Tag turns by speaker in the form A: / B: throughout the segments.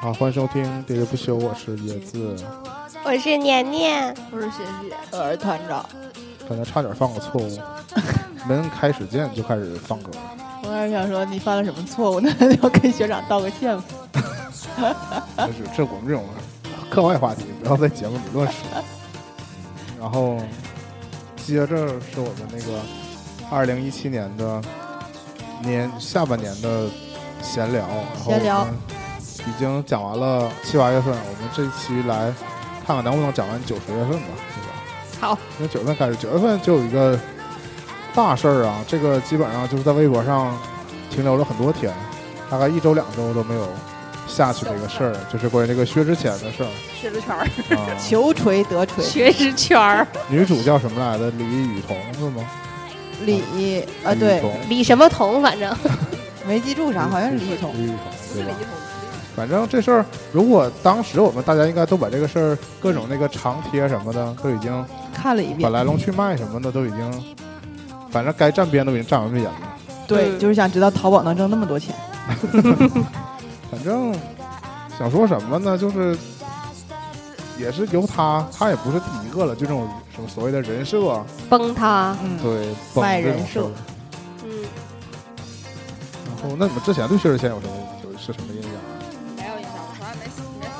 A: 好，啊欢迎收听《喋喋不休》，我是野子。
B: 我是年年，
C: 我是学姐，
D: 我是团长，
A: 刚才差点犯个错误，没开始键就开始放歌。
D: 我也想说你犯了什么错误呢？ 要跟学长道个歉吧。
A: 这是这我们这种课外话题，不要在节目里乱说。然后接着是我们那个二零一七年的年下半年的闲聊，然后
D: 闲聊
A: 我们已经讲完了七八月份，我们这一期来看看能不能讲完九十月份吧，对吧？
D: 好，。
A: 从九月份开始，九月份就有一个大事儿啊，这个基本上就是在微博上停留了很多天，大概一周两周都没有下去的一个事儿，就是关于这个薛之谦的事儿
C: 学了圈儿，
A: 啊
D: 求锤得锤，
C: 学之圈儿，
A: 女主叫什么来着？李雨桐是吗？
D: 李啊
A: 李雨
D: 对，
A: 桐
B: 李什么彤，反正
D: 没记住啥，好像是李雨桐。
A: 李雨桐对
C: 是
A: 吧
C: 李？彤，
A: 反正这事儿，如果当时我们大家应该都把这个事儿各种那个长贴什么的都已经
D: 看了一
A: 把
D: 遍，
A: 来龙去脉什么的都已经，反正该站边都已经站完遍了。
D: 对，
C: 嗯
D: 就是想知道淘宝能挣那么多钱。
A: 反正想说什么呢，就是也是由他，他也不是第一个了，就这种什么所谓的人设啊，
B: 崩塌。
D: 嗯，
A: 对，崩
D: 卖
A: 这种
D: 人
A: 事儿
D: 设
B: 嗯，
A: 然后，那你们之前对薛之谦有什么有是什么印象啊？
C: 没有印象，我从来没没走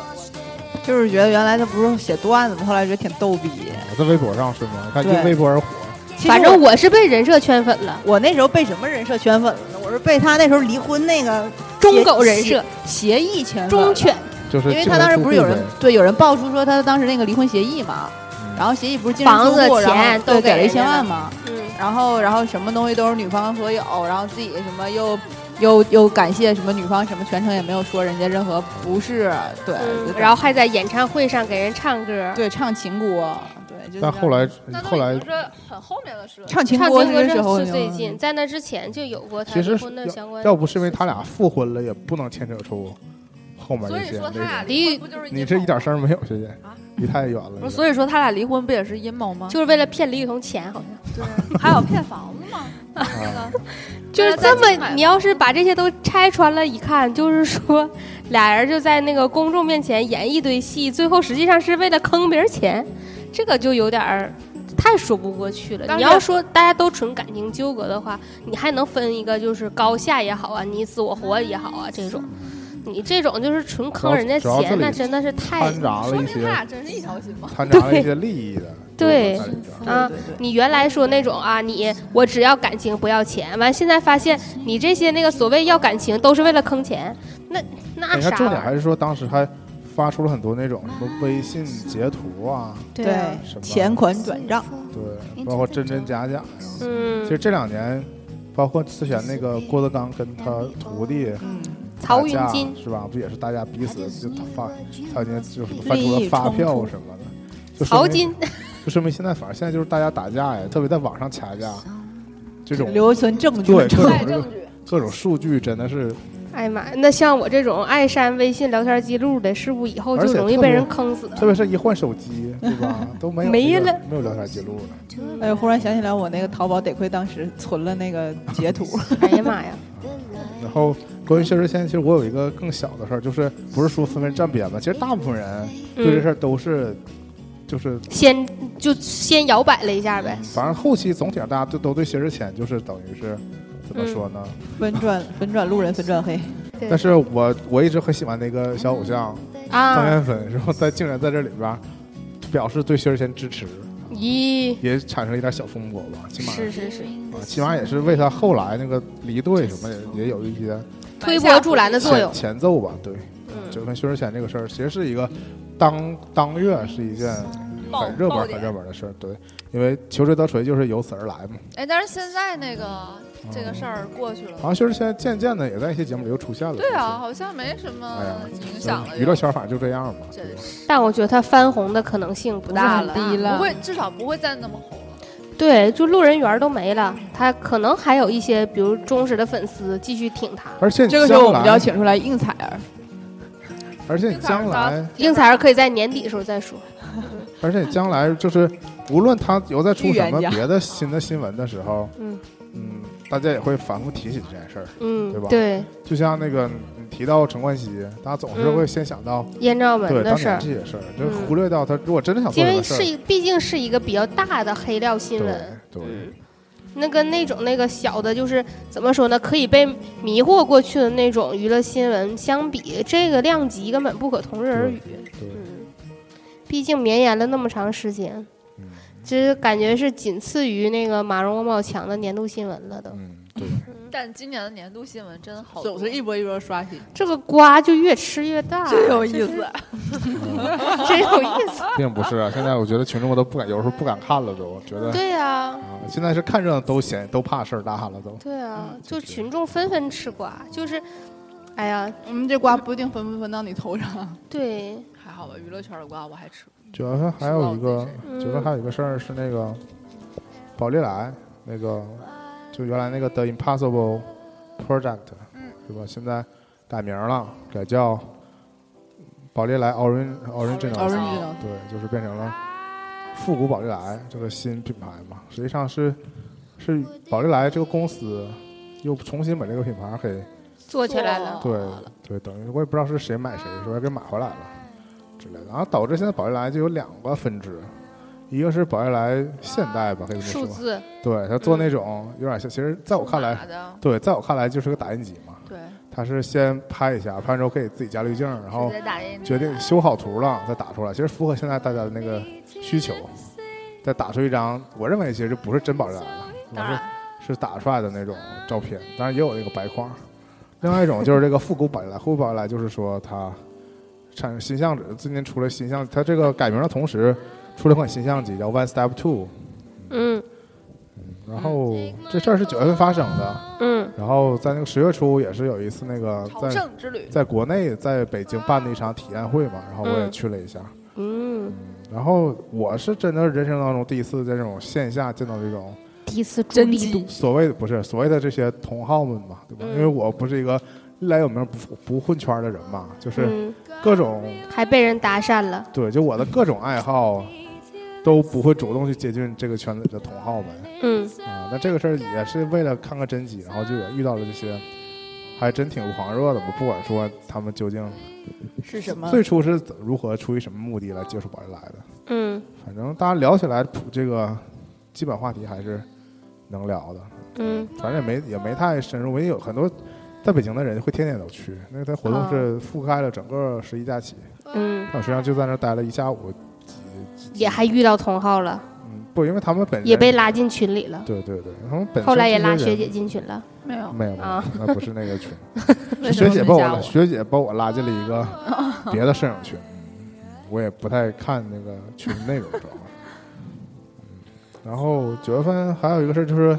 C: 过。
D: 就是觉得原来他不是写段子吗？后来觉得挺逗逼。
A: 我在微博上是吗？看因
D: 对
A: 微博而火，
D: 其实
B: 反正
D: 我
B: 我是被人设圈粉了，
D: 我那时候被什么人设圈粉了呢？我是被他那时候离婚那个
B: 中狗人设，
D: 协议圈粉了
B: 忠犬。
A: 就是
D: 因为
A: 进
D: 他
A: 门
D: 当时
A: 出
D: 不是有
A: 户
D: 人
A: 呗
D: 对有人爆出说他当时那个离婚协议嘛，
A: 嗯
D: 然后协议不是净
B: 房子钱都
D: 给
B: 给
D: 了一
B: 人家
D: 千万
B: 了
D: 嘛，
B: 嗯，
D: 然后然后什么东西都是女方所有，然后自己什么又又又感谢什么女方什么，全程也没有说人家任何不是，对，
A: 嗯
D: 就
B: 嗯然后还在演唱会上给人唱歌，
D: 对唱情歌，对，就是
A: 但后来
C: 那
A: 后来
C: 是很后面的事，
D: 唱情
B: 唱
D: 歌
B: 情
D: 那
B: 歌
D: 个时候
B: 是
D: 就
B: 最近，在那之前就有过他
A: 其实
B: 离
A: 是
B: 婚的相关。
A: 要不是因为他俩复婚了，也不能牵扯出后面
C: 所
A: 这
C: 以
A: 些
C: 说
A: 内
C: 他俩
A: 容。
C: 离婚不就是
A: 你这一点声儿没有，学姐
C: 啊，
A: 离太远了。
C: 不是，所以说他俩离婚不也是阴谋吗？
B: 就是为了骗李雨桐钱，好像
C: 对，还有骗房子吗？
A: 啊
C: 那个
B: 就是这
C: 在家买
B: 么。你要是把这些都拆穿了，一看就是说俩人就在那个公众面前演一堆戏，最后实际上是为了坑别人钱，这个就有点儿太说不过去了。
C: 当
B: 你
C: 时
B: 要说大家都纯感情纠葛的话，你还能分一个就是高下也好啊，你死我活也好啊这种。
C: 嗯
B: 你这种就是纯坑人家
A: 主要主要这
B: 钱，
A: 里
B: 那真的是太
A: 掺杂
C: 哎说
A: 了一
C: 明他
A: 些
C: 俩真是一条心嘛。
A: 掺杂了一些利益的，
B: 对
A: 在里边儿
B: 啊
D: 对对对，
B: 你原来说那种啊，你我只要感情不要钱，完现在发现你这些那个所谓要感情都是为了坑钱，那那
A: 你看，
B: 啥
A: 哎
B: 啊玩
A: 重
B: 意
A: 点还
B: 儿？
A: 是说当时还发出了很多那种什么微信截图啊，
B: 对啊
D: 对
A: 什么
D: 钱款转账，
B: 哎
A: 对，包括真真假假呀。其实
B: 嗯，
A: 这两年，包括之前那个郭德纲跟他徒弟
D: 嗯，
B: 哎曹云
A: 打架
B: 金，
A: 是吧？不也是大家彼此就他发，曹云金就是翻出了发票什么的。就说
B: 曹
A: 明，
B: 金，
A: 就说明现在反正现在就是大家打架呀，特别在网上掐 架，这种
D: 留存证据，
A: 对各
C: 带
A: 种
C: 证据，
A: 各种数据真的是，
B: 哎呀妈，呀，那像我这种爱删微信聊天记录的，是不是以后
A: 而
B: 就
A: 且
B: 容易
A: 特
B: 被
A: 别
B: 人坑死？
A: 特别是一换手机，对 吧？都没有
B: 没
A: 那个
B: 了
A: 没有聊天记录了。
D: 哎呦，忽然想起来我那个淘宝，得亏当时存了那个截 图，
B: 哎呀妈 呀，
A: 然后关于薛之谦，其实我有一个更小的事儿，就是不是说纷纷站边吧，其实大部分人对这
B: 嗯
A: 事，儿都是，就是
B: 先就先摇摆了一下呗，
A: 反正后期总体上大家都都对薛之谦就是等于是怎么说呢？
D: 粉转粉转路人粉转黑，
B: 嗯对
A: 但是我我一直很喜欢那个小偶像张
B: 啊，
A: 元芬，然后在竟然在这里边儿表示对薛之谦支持，
B: 咦，
A: 也产生了一点小风波吧，起码
B: 嗯是是是，
A: 啊起码也是为他后来那个离队什么也也有一些
B: 推波助澜的作
A: 前
B: 用，
A: 前奏吧，对。
B: 嗯，
A: 就跟薛之谦这个事儿，其实是一个当当月是一件
C: 爆
A: 很热门
C: 爆
A: 很
C: 点
A: 热门的事儿，对，因为求锤得锤就是由此而来嘛。
C: 哎，但是现在那
A: 哦
C: 个这个事儿过去
A: 好
C: 了，
A: 像薛之谦渐渐的也在一些节目里又出现了。
C: 对啊，好像没什么
A: 是
C: 影
A: 不是，
C: 响了。
A: 哎娱乐圈反正就这样嘛。
C: 真 是
B: 但我觉得他翻红的可能性不大
D: 不是
B: 了啊
D: 很。低了
C: 不会，至少不会再那么红了。
B: 对，就路人缘都没了，他可能还有一些，比如忠实的粉丝继续挺他。
A: 而且你
D: 这个时候我们
A: 将
D: 就要
A: 来，
D: 请出来应采儿，
A: 而且你将来，
B: 应采儿可以在年底时候再说。
A: 而且你将来就是，无论他又在出什么
D: 预言家
A: 别的新的新闻的时候，
B: 嗯
A: 嗯，大家也会反复提起这件事儿。
B: 嗯
A: 对吧，
B: 对，
A: 就像那个你你嗯提到陈冠希，大家总是
B: 嗯
A: 会先想到
B: 艳照门
A: 对
B: 的
A: 当
B: 事
A: 年
B: 儿
A: 这，些事儿，就
B: 嗯
A: 忽略掉他如果真的想做
B: 因
A: 这
B: 为
A: 个事
B: 是
A: 儿，
B: 一毕竟是一个比较大的黑料新
A: 对
B: 闻。
A: 对，
B: 那跟那种那个小的，就是怎么说呢，可以被迷惑过去的那种娱乐新闻相比，这个量级根本不可同日而语。
A: 对
B: 嗯，毕竟绵延了那么长时间，
A: 嗯
B: 就是感觉是仅次于那个马蓉、王宝强的年度新闻了都。
A: 嗯对，
C: 但今年的年度新闻真好多，
D: 总是一波一波刷 新，
B: 这个瓜就越吃越大，
D: 真有意思。
B: 真有意思。
A: 嗯并不是啊。现在我觉得群众都不敢，有时候不敢看了，都觉得
B: 对呀、啊，
A: 啊，现在是看热闹都嫌都怕事儿大了都。
B: 对啊，就
A: 就
B: 是群众纷纷吃瓜，就是，哎呀，
D: 我们这瓜不一定分不分到你头上，啊
B: 对，
C: 还好吧，娱乐圈的瓜我还吃过，
A: 主要是还有一个，
B: 嗯
A: 主要还有一个事儿是那个宝丽来那个，就原来那个 The Impossible Project，
C: 嗯
A: 是吧？现在改名了，改叫宝丽来 Orange Original，
D: Orange 呢
A: 对，就是变成了复古宝丽来这个新品牌嘛。实际上是是宝丽来这个公司又重新把这个品牌给
B: 做起来了。
A: 对
C: 了
A: 对，等于我也不知道是谁买谁，说要给买回来了之类的，然后导致现在宝丽来就有两个分支，一个是宝丽来现代吧，可以这
B: 数
A: 么说，
B: 字，
A: 对，它做那种有点像，其实在我看来，
C: 干嘛的，
A: 对，在我看来就是个打印机嘛，
C: 对，
A: 它是先拍一下，拍完之后可以自己加滤镜，然后
C: 直接打印
A: 决定修好图了再打出来，其实符合现在大家的那个需求，再打出一张，我认为其实不是真宝丽来了，
C: 当
A: 而是
C: 然
A: 是打出来的那种照片，当然也有那个白框。另外一种就是这个复古宝丽来，复古宝丽来就是说它产生新相纸，最近出了新相，它这个改名的同时出了一款新相机叫 One Step Two，
B: 嗯
A: 然后这事儿是九月份发生的，
B: 嗯
A: 然后在那个十月初也是有一次那个
C: 朝
A: 在嗯
C: 圣之旅，
A: 在国内在北京办的一场体验会嘛，然后我也去了一下，
B: 嗯，
A: 然后我是真的人生当中第一次在这种线下见到这种
B: 第一次
D: 真
B: 力
D: 机
B: 度，
A: 所谓的不是所谓的这些同好们嘛，对吧？
B: 嗯
A: 因为我不是一个来有名不不混圈的人嘛，就是
B: 嗯，
A: 各种、
B: 还被人搭讪了，
A: 对，就我的各种爱好都不会主动去接近这个圈子里的同好们
B: 嗯
A: 啊。那这个事儿也是为了看看真迹，然后就也遇到了这些，还真挺狂热的嘛。不管说他们究竟
D: 是什么？
A: 最初是怎如何出于什么目的来接触宝丽来的，
B: 嗯
A: 反正大家聊起来普这个基本话题还是能聊的。
B: 嗯，
A: 反正也没也没太深入，因为有很多在北京的人会天天都去，那个它活动是覆盖了整个十一假期，
B: 嗯，
A: 但我实际上就在那儿待了一下午，
B: 也还遇到同好了，
A: 嗯，不，因为他们本人
B: 也被拉进群里了，
A: 对对对，他们本身
B: 后来也
A: 这些
B: 拉
A: 人
B: 学姐进群了，
C: 没有
A: 没有没有
B: 啊，
A: 那不是那个群，是
D: 为什
A: 学
D: 么没
A: 姐把
D: 加哦
A: 我学姐把我拉进了一个别的摄影群，我也不太看那个群内容，主要是。嗯然后九月份还有一个事儿就是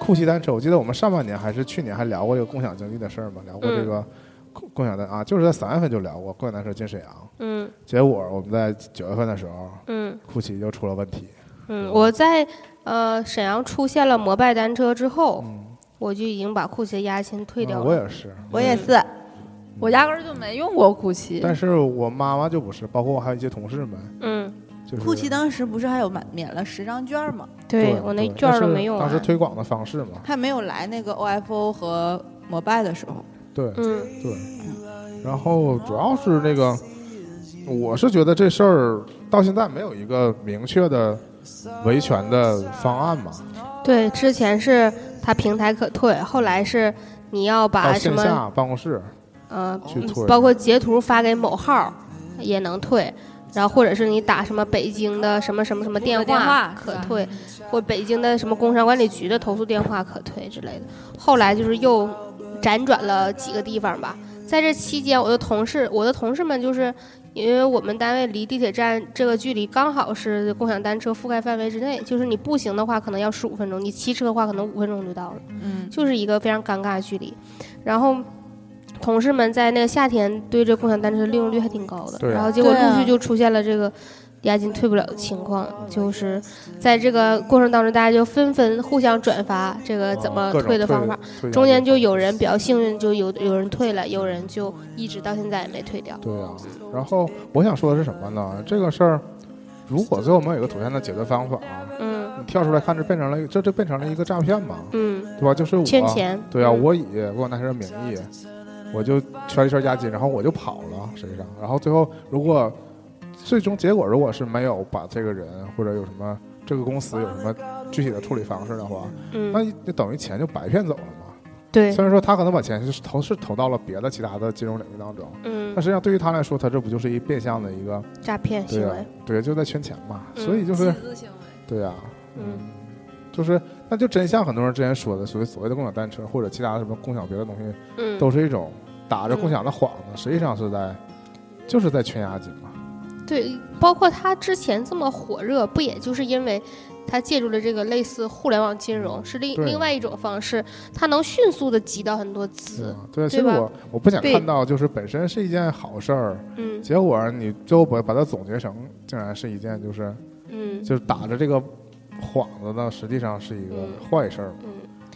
A: 酷骑单车，我记得我们上半年还是去年还聊过这个共享经济的事儿嘛，聊过这
D: 嗯
A: 个共共享单啊，就是在三月份就聊过共享单车进沈阳，
B: 嗯
A: 结果我们在九月份的时候，
B: 嗯
A: 酷骑就出了问题，
B: 嗯，我在呃沈阳出现了摩拜单车之
D: 哦
B: 后，
A: 嗯，
B: 我就已经把酷骑的押金退掉
A: 嗯
B: 了，
A: 我也是，
D: 我也是，
C: 我压根儿就没用过酷奇，
A: 但是我妈妈就不是，包括我还有一些同事们，
B: 嗯，
A: 就是
D: 酷奇当时不是还有免免了十张券吗？
A: 对
B: 我那
A: 对
B: 券儿都
A: 是
B: 没用
A: 当时
B: 完，
A: 推广的方式嘛，
D: 还没有来那个 OFO 和摩拜的时候，
A: 对
B: 嗯
A: 对。然后主要是那个，我是觉得这事儿到现在没有一个明确的维权的方案嘛，
B: 对，之前是他平台可退，后来是你要
A: 到
B: 把什
A: 哦线
B: 么
A: 下办公室
B: 呃
A: 去退，
B: 包括截图发给某号儿也能退，然后或者是你打什么北京的什么什么什么电
C: 电话
B: 可
C: 是吧
B: 退，或北京的什么工商管理局的投诉电话可退之类的。后来就是又辗转了几个地方吧，在这期间，我的同事，我的同事们就是。因为我们单位离地铁站这个距离刚好是共享单车覆盖范围之内，就是你步行的话可能要十五分钟，你骑车的话可能五分钟就到了。
D: 嗯，
B: 就是一个非常尴尬的距离。然后同事们在那个夏天对这共享单车的利用率还挺高的，
A: 对啊
B: 然后结果
D: 对啊
B: 陆续就出现了这个。押金退不了的情况，就是在这个过程当中，大家就纷纷互相转发这个呃怎么
A: 啊各种
B: 退的方法。，
A: 退
B: 中间就有人比较幸运，就有有人退了，有人就一直到现在也没退掉。
A: 对啊。然后我想说的是什么呢？这个事儿，如果最后没有一个妥善的解决方法，
B: 嗯
A: 你跳出来看，这变成了一这这变成了一个诈骗嘛，
B: 嗯，
A: 对吧？就是我
B: 圈钱。
A: 对啊，
B: 嗯
A: 我以共享单车的名义，我我就圈一圈押金，然后我就跑了身上。然后最后如果最终结果如果是没有把这个人或者有什么这个公司有什么具体的处理方式的话，那
B: 嗯，
A: 就等于钱就白骗走了嘛。
B: 对，
A: 虽然说他可能把钱是投是投到了别的其他的金融领域当中，
B: 嗯
A: 但，实际上对于他来说，他这不就是一变相的一个
B: 诈骗
A: 对
B: 行
A: 啊
B: 为，
A: 对，就在圈钱嘛。
B: 嗯
A: 所以就
C: 集
A: 是
C: 资行为，
A: 对啊，
B: 嗯
A: 嗯，就是那就真像很多人之前说的，所谓所谓的共享单车或者其他什么共享别的东西，
B: 嗯，
A: 都是一种打着共享的幌子，实际上是在就是在圈押金嘛。
B: 对，包括他之前这么火热，不也就是因为他借助了这个类似互联网金融，是另
A: 对
B: 另外一种方式，他能迅速的集到很多资。
A: 嗯对，其实
B: 吧
A: 我我不想
B: 对
A: 看到，就是本身是一件好事儿，
B: 嗯
A: 结果你最后把把它总结成，竟然是一件就是
B: 嗯
A: 就是打着这个幌子呢，实际上是一个
B: 嗯
A: 坏事儿。
B: 嗯，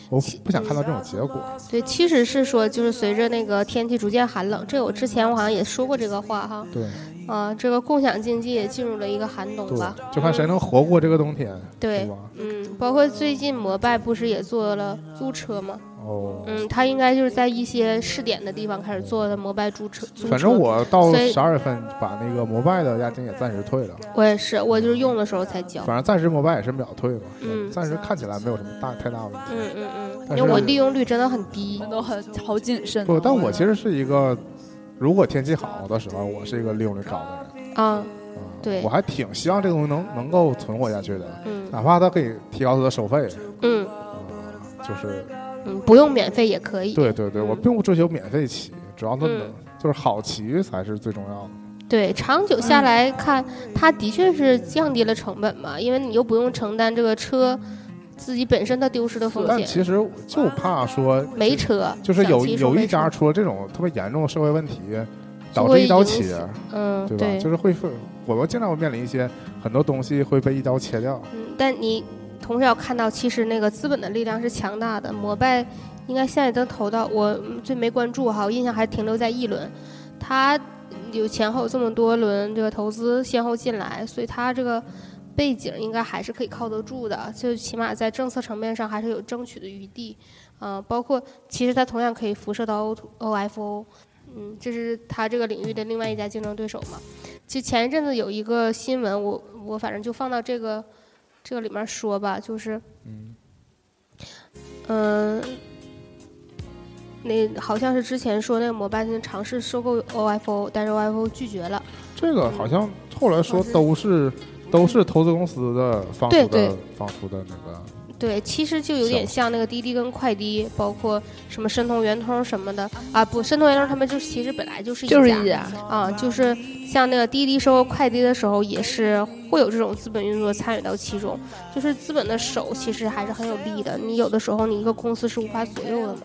A: 我
B: 其
A: 不想看到这种结果。
B: 对，其实是说，就是随着那个天气逐渐寒冷，这我之前我好像也说过这个话哈，
A: 对
B: 啊，这个共享经济也进入了一个寒冬
A: 对
B: 吧，，
A: 就看谁能活过这个冬天，
B: 对
A: 对吧？
B: 嗯，包括最近摩拜不是也做了租车吗？
A: 哦，
B: 嗯，他应该就是在一些试点的地方开始做的摩拜租车，租车
A: 反正我到
B: 所以
A: 十二月份把那个摩拜的押金也暂时退了，
B: 我也是，我就是用的时候才交。
A: 反正暂时摩拜也申不了退嘛，
B: 嗯
A: 暂时看起来没有什么大太大问题。
B: 嗯嗯嗯，
A: 但
B: 因为
A: 是
B: 我利用率真的很低
C: 我。们都很好谨慎哦。
A: 不，但我其实是一个，如果天气好的时候，我是一个利用率高的人。
B: 啊，
A: 啊
B: 对
A: 我还挺希望这个东西能能够存活下去的，
B: 嗯
A: 哪怕它可以提高它的收费，
B: 嗯
A: 啊、就是
B: 嗯，不用免费也可以。
A: 对对对，我并不追求免费骑，主要它能、
B: 嗯
A: 就是好骑才是最重要的。
B: 对长久
A: 嗯
B: 下来看，它的确是降低了成本嘛，因为你又不用承担这个车自己本身它丢失的风
A: 但
B: 险。
A: 其实我就怕说
B: 没车，
A: 就是有
B: 想骑时候
A: 有
B: 没
A: 一家
B: 车，
A: 出了这种特别严重的社会问题，导
B: 会
A: 致一刀
B: 影
A: 切，
B: 嗯，
A: 对吧？就是会会，我们经常会面临一些很多东西会被一刀切掉。
B: 嗯，但你同时要看到，其实那个资本的力量是强大的。摩拜应该现在已经投到我嗯最没关注哈，我印象还停留在一轮，它有前后这么多轮这个投资先后进来，所以它这个背景应该还是可以靠得住的，就起码在政策层面上还是有争取的余地。嗯、包括其实它同样可以辐射到 O O F O。嗯，这是它这个领域的另外一家竞争对手嘛？其实前一阵子有一个新闻，我我反正就放到这个这个里面说吧，就是，
A: 嗯，
B: 嗯、那好像是之前说那个摩拜曾经尝试收购 OFO，但是 OFO 拒绝了。
A: 这个好像后来说都是都是投资公司的放
B: 对
A: 出
B: 对
A: 的放出的那个，
B: 对，其实就有点像那个滴滴跟快滴，包括什么申通、圆通什么的啊，不，申通、圆通他们就其实本来就是一家，
C: 就是一家，
B: 啊，就是像那个滴滴收购快滴的时候，也是会有这种资本运作参与到其中，就是资本的手其实还是很有力的。你有的时候你一个公司是无法左右的嘛，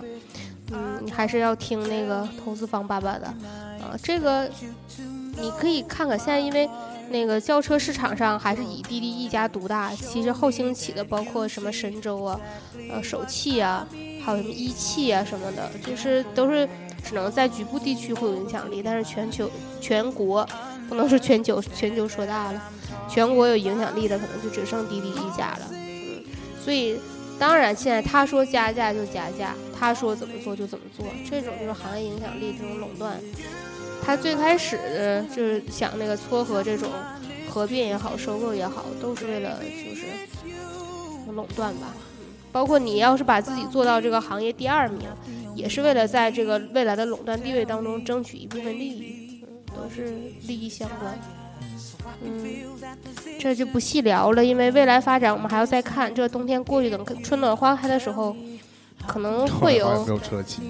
B: 嗯，你还是要听那个投资方爸爸的，啊，这个你可以看看现在因为。那个轿车市场上还是以滴滴一家独大，其实后兴起的包括什么神州啊、呃首汽啊，还有什么一汽啊什么的，就是都是只能在局部地区会有影响力，但是全球、全国不能说全球，全球说大了，全国有影响力的可能就只剩滴滴一家了。嗯，所以当然现在他说加价就加价，他说怎么做就怎么做，这种就是行业影响力这种垄断。他最开始呃就是想那个撮合这种合并也好，收购也好，都是为了就是垄断吧。包括你要是把自己做到这个行业第二名，也是为了在这个未来的垄断地位当中争取一部分利益，嗯都是利益相关。嗯，这就不细聊了，因为未来发展我们还要再看。这冬天过去，等春暖花开的时候，可能会
A: 后来发现
B: 有
A: 没有车骑。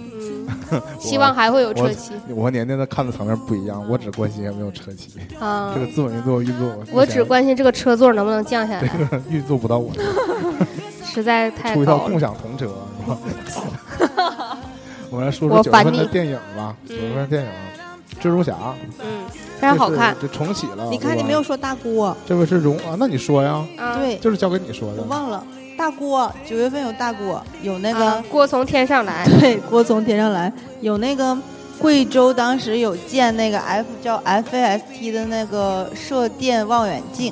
B: 嗯，希望还会有车企
A: 我和年年的看的层面不一样，我只关心有没有车骑，
B: 啊。
A: 这个资本运作运作，
B: 我只关心这个车座能不能降下来，
A: 运作不到我，
B: 实在太
A: 出一套
B: 高了
A: 共。享童车 是吧？我们来说
B: 我
A: 说九月
B: 烦
A: 份的
B: 你
A: 电影吧，九月份的电影《蜘蛛侠》
B: 嗯，非常好看。
A: 这是这重启了。
D: 你看
A: 对
D: 你
A: 吧
D: 没有，说大锅，
A: 这位是荣啊，那你说呀，
B: 啊，
D: 对
A: 就是交给你说
D: 我
A: 的。
D: 忘了大锅，九月份有大锅，有那个、
B: 啊锅从天上来。
D: 对锅从天上来，有那个贵州当时有建那个 F 叫 FAST 的那个
E: 嗯
D: 射电望远镜，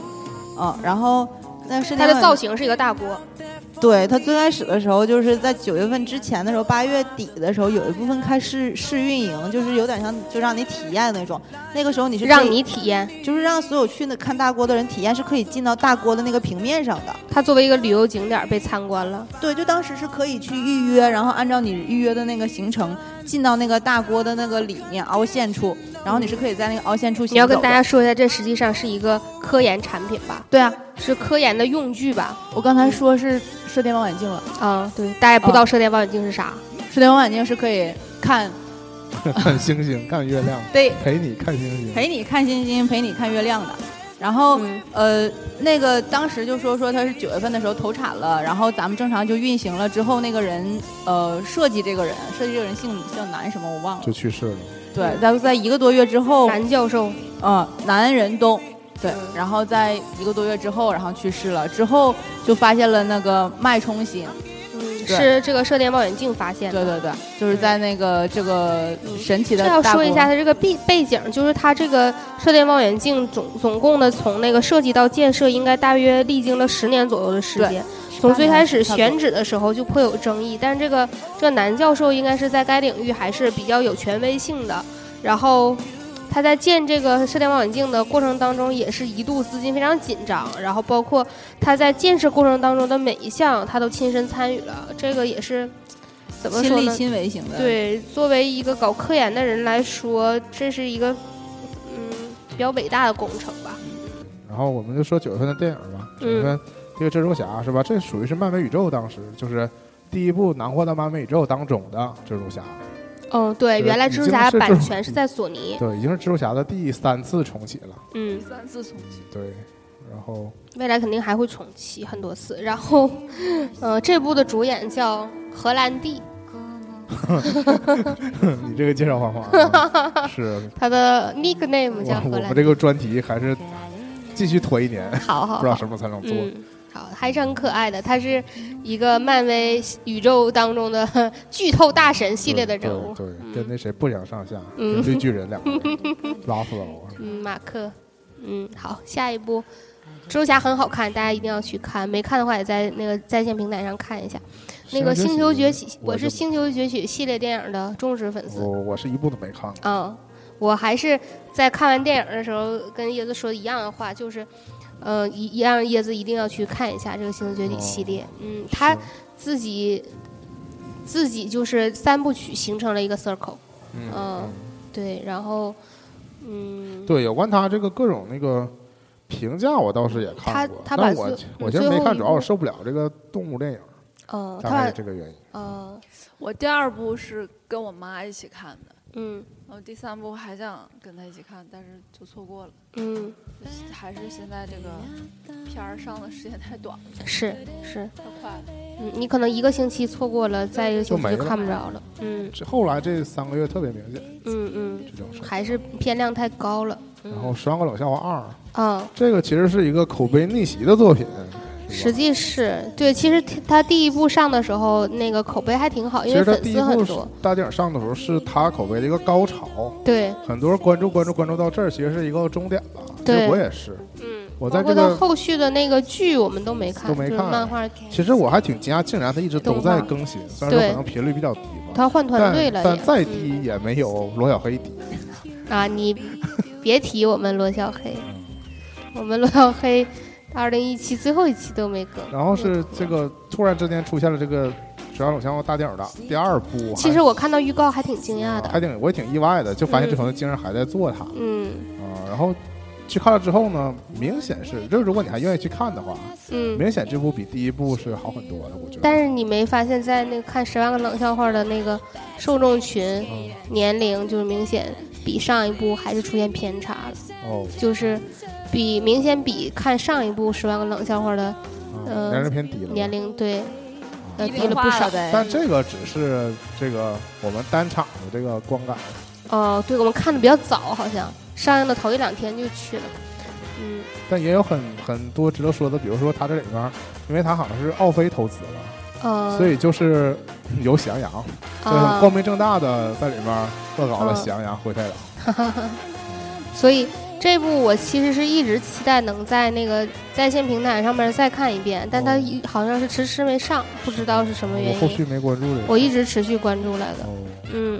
D: 啊，然后那射
B: 它
D: 电
B: 的
D: 望
B: 造
D: 远
B: 型是一个大锅，
E: 对他最开始的时候，就是在九月份之前的时候，八月底的时候，有一部分开试试运营，就是有点像就让你体验那种。那个时候你是可以
B: 让你体验。
E: 就是让所有去那看大锅的人体验，是可以进到大锅的那个平面上的。
B: 它作为一个旅游景点儿被参观了，
E: 对，就当时是可以去预约，然后按照你预约的那个行程进到那个大锅的那个里面凹陷处，然后你是可以在那个凹陷处行
B: 你要跟
E: 走
B: 大
E: 的
B: 家说一下，这实际上是一个科研产品吧？
E: 对啊，
B: 是科研的用具吧？
D: 我刚才说是射电望远镜了，
B: 啊、对，大家也不
D: 哦
B: 知道射电望远镜是啥。
D: 射电望远镜是可以看
A: 看星星，看月亮，
D: 对
A: 陪你看星星。
D: 陪你看星星、陪你看月亮的。然后、
B: 嗯
D: 呃，那个当时就说说他是九月份的时候投产了，然后咱们正常就运行了之后，那个人呃设计这个人，设计这个人姓姓南什么我忘了
A: 就，去世了，
D: 对，在在一个多月之后，
B: 男教授，
D: 呃，南仁东，对
B: 嗯，
D: 然后在一个多月之后，然后去世了，之后就发现了那个脉冲星，
B: 嗯，
D: 对
B: 是这个射电望远镜发现的。
D: 对对对，就是在那个这个神奇的
B: 这要
D: 大
B: 说一
D: 国
B: 下它这个背背景，就是它这个射电望远镜总总共的从那个设计到建设，应该大约历经了十年左右的时间。从最开始
D: 差不多
B: 选址的时候就颇有争议，但这个这南教授应该是在该领域还是比较有权威性的。然后他在建这个射电望远镜的过程当中，也是一度资金非常紧张，然后包括他在建设过程当中的每一项，他都亲身参与了，这个也是怎么
D: 亲
B: 说
D: 力
B: 呢？
D: 亲为型的，
B: 对，作为一个搞科研的人来说，这是一个嗯比较伟大的工程吧。
A: 然后我们就说九月份的电影吧，九
B: 嗯
A: 月份这个蜘蛛侠是吧？这属于是漫威宇宙当时就是第一部囊括到漫威宇宙当中的蜘蛛侠，
B: 嗯，对，
A: 对
B: 原来
A: 已
B: 蜘蛛
A: 经
B: 侠的
A: 是这
B: 版
A: 种
B: 权是在索尼。
A: 对，已经是蜘蛛侠的第三次重启了，
B: 嗯，
C: 三次重启。
A: 对，然后
B: 未来肯定还会重启很多次。然后，呃，这部的主演叫荷兰弟，
A: 你这个介绍方法、啊、是
B: 他的 nickname 叫
A: 我
B: 荷
A: 我们
B: 兰
A: 这
B: 弟。
A: 个专题还是继续拖一年，
B: 好好
A: 不知道
B: 好，
A: 什么才能做。
B: 嗯，好，还是很可爱的。他是一个漫威宇宙当中的 剧透大神系列的人物。
A: 对，对
B: 嗯
A: 跟那谁不相上下，
B: 嗯
A: 跟绿巨人 两个人，拉夫劳啊
B: 嗯，马克，嗯，好，下一部《蜘蛛侠》很好看，大家一定要去看，没看的话也在那个在线平台上看一下。那个《星球崛起》，我是《
A: 就哦
B: 星球崛起》系列电影的忠实粉丝
A: 我，我是一部都没看过，
B: 嗯，我还是在看完电影的时候跟椰子说一样的话，就是。呃，一让椰子一定要去看一下这个《星球崛起》系
A: 哦
B: 列。嗯，他
A: 是
B: 自己自己就是三部曲形成了一个 circle，
A: 嗯
B: 嗯对，然后嗯，
A: 对，有关他这个各种那个评价，我倒是也看过。
B: 他他
A: 但
B: 把
A: 我
B: 最
A: 我其实没
B: 最后
A: 看，
B: 一
A: 主要我
B: 部
A: 受不了这个动物电影，
B: 呃，
A: 大
B: 他
A: 概
B: 把
A: 是这个原因。
B: 呃，
C: 我第二部是跟我妈一起看的，
B: 嗯
C: 然后第三部还想跟她一起看，但是就错过了。
B: 嗯，
C: 就是还是现在这个片儿上的时间太短了，
B: 是是，
C: 太快了。
B: 嗯，你可能一个星期错过了，再一个星期就看不着了。嗯
A: 这后来这三个月特别明显
B: 嗯嗯，
A: 这种事儿。
B: 还是片量太高了。
A: 然后《十万个冷笑话二》，
B: 嗯，
A: 这个其实是一个口碑逆袭的作品，是
B: 实
A: 吧？
B: 际是对，其实他第一部上的时候，那个口碑还挺好，
A: 其
B: 因为
A: 实它
B: 粉
A: 第一
B: 丝很
A: 部是
B: 多。
A: 大电影上的时候是他口碑的一个高潮，
B: 对，
A: 很多人关注关注关注到这儿，其实是一个终点了。其
B: 对
A: 实我也是，
B: 嗯，
A: 我
B: 包
A: 在
B: 括
A: 这
B: 到
A: 个
B: 后续的那个剧，我们都没看，
A: 都没
B: 就是
A: 看
B: 漫画，
A: 其实我还挺惊讶，竟然他一直都
B: 动
A: 在
B: 画
A: 更新，虽然说
B: 对
A: 可能频率比较低吧。
B: 他换团
A: 但
B: 队了也。
A: 但再
B: 嗯
A: 低也没有罗小黑低。
B: 啊，你别提我们罗小黑，我们罗小黑二零一七最后一期都没更。
A: 然后是这个突然之间出现了这个《十二种相大电影的第二部，
B: 其实我看到预告还挺惊
A: 还
B: 讶的，
A: 还挺我也挺意外的，就发现
B: 嗯
A: 这朋友竟然还在做它啊、
B: 嗯
A: 然后去看了之后呢，明显是，就是如果你还愿意去看的话，
B: 嗯。
A: 明显这部比第一部是好很多的，我觉得。
B: 但是你没发现，在那个看《十万个冷笑话》的那个受众群
A: 嗯
B: 年龄，就是明显比上一部还是出现偏差了，
A: 哦，
B: 就是比明显比看上一部《十万个冷笑话》的呃
A: 嗯年龄偏低了。
B: 年。龄对，呃
C: 低
B: 低了不少。
A: 但这个只是这个我们单场的这个观感，
B: 哦、对我们看的比较早，好像上映的头一两天就去了。嗯，
A: 但也有很很多值得说的，比如说它这里面，因为它好像是奥飞投资的，
B: 呃，
A: 所以就是有翔阳，就是很
B: 啊、
A: 光明正大的在里面恶搞了
B: 嗯
A: 翔阳、灰太狼。
B: 所以这部我其实是一直期待能在那个 在线平台上面再看一遍，但它
A: 哦
B: 一好像是迟迟没上，不知道是什么原
A: 我后
B: 因。
A: 续没关注这个。
B: 我一直持续关注来的，
A: 哦
B: 嗯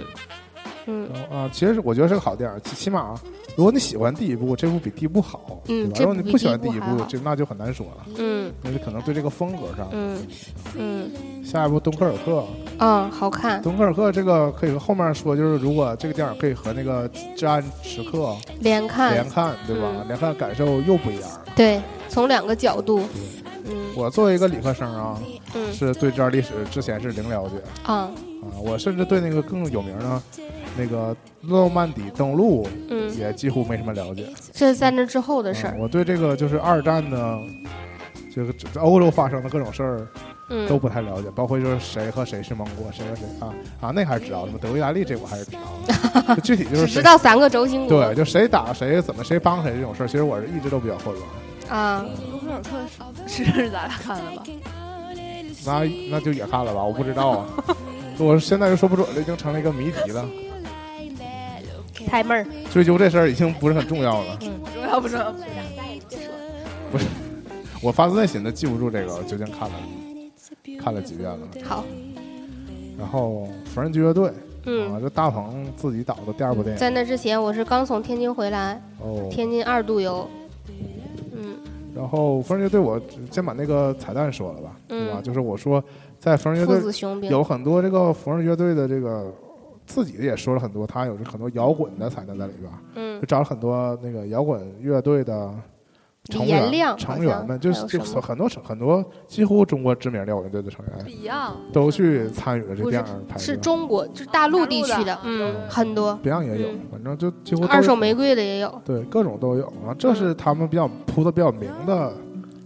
B: 嗯
A: 然后啊，其实我觉得是个好电影，起起码啊如果你喜欢第一部，这部比第一部好，
B: 嗯
A: 对吧？
B: 这
A: 如
B: 部
A: 果你
B: 比
A: 不喜欢
B: 第
A: 第
B: 一
A: 一
B: 部还
A: 部
B: 好，
A: 这那就很难说了，
B: 嗯
A: 因为可能对这个风格上，
B: 嗯嗯
A: 下一部《敦刻尔克》，
B: 嗯，好看，
A: 《敦刻尔克》这个可以说后面说，就是如果这个电影可以和那个《至暗时刻》
B: 连
A: 连
B: 看，
A: 看，对吧？
B: 嗯
A: 连看感受又不一样了。
B: 对，从两个角度，嗯
A: 我作为一个理科生啊，
B: 嗯
A: 是对这段历史之前是零了解
B: 啊
A: 啊，我甚至对那个更有名的那个诺曼底登陆
B: 嗯，
A: 也几乎没什么了解。
B: 这是在那之后的事
A: 嗯
B: 儿，
A: 我对这个就是二战的，这个这欧洲发生的各种事儿都
B: 嗯
A: 不太了解，包括就是谁和谁是盟国，谁和谁啊啊，那还知道，什么德国意大利这我还是知 道的，就具体就
B: 只
A: 是谁
B: 知道三个轴心国
A: 对，就谁打谁，怎么谁帮谁这种事儿，其实我是一直都比较混乱。
B: 啊，
C: 卢克尔克是是咱俩看的吧？
A: 那那就也看了吧，我不知道啊， 我现在就说不准了，已经成了一个谜题了。
B: 猜妹儿，
A: 追究这事儿已经不是很重要了。
B: 嗯
C: 不重要不重要？
A: 我发自内心的记不住这个究竟看了看了几遍了。
B: 好，
A: 然后缝纫机乐队啊，
B: 嗯，
A: 这大鹏自己导的第二部电影
B: 在那之前我是刚从天津回来，
A: 哦。
B: 天津二度游，嗯
A: 然后缝纫乐队，我先把那个彩蛋说了吧，对吧？
B: 嗯
A: 就是我说在缝纫乐
B: 父
A: 队
B: 子雄兵，
A: 有很多这个缝纫乐队的这个自己也说了很多，他有很多摇滚的彩蛋在里边儿，
B: 嗯
A: 就，找了很多那个摇滚乐队的成
B: 李延
A: 员
B: 亮
A: 成员们，就
B: 好
A: 是
B: 像
A: 就
B: 还有什么
A: 很多很多几乎中国知名的摇滚乐队的成员
C: Beyond
A: 都去参与了这
B: 不
A: 电
B: 是
A: 影拍摄，
B: 是中国，就是大陆地区的，嗯，很多，
A: Beyond 也有，反正就几乎都
B: 嗯二手
A: 有
B: 玫瑰的也有，
A: 对各种都有啊，这是他们比较铺的比较明的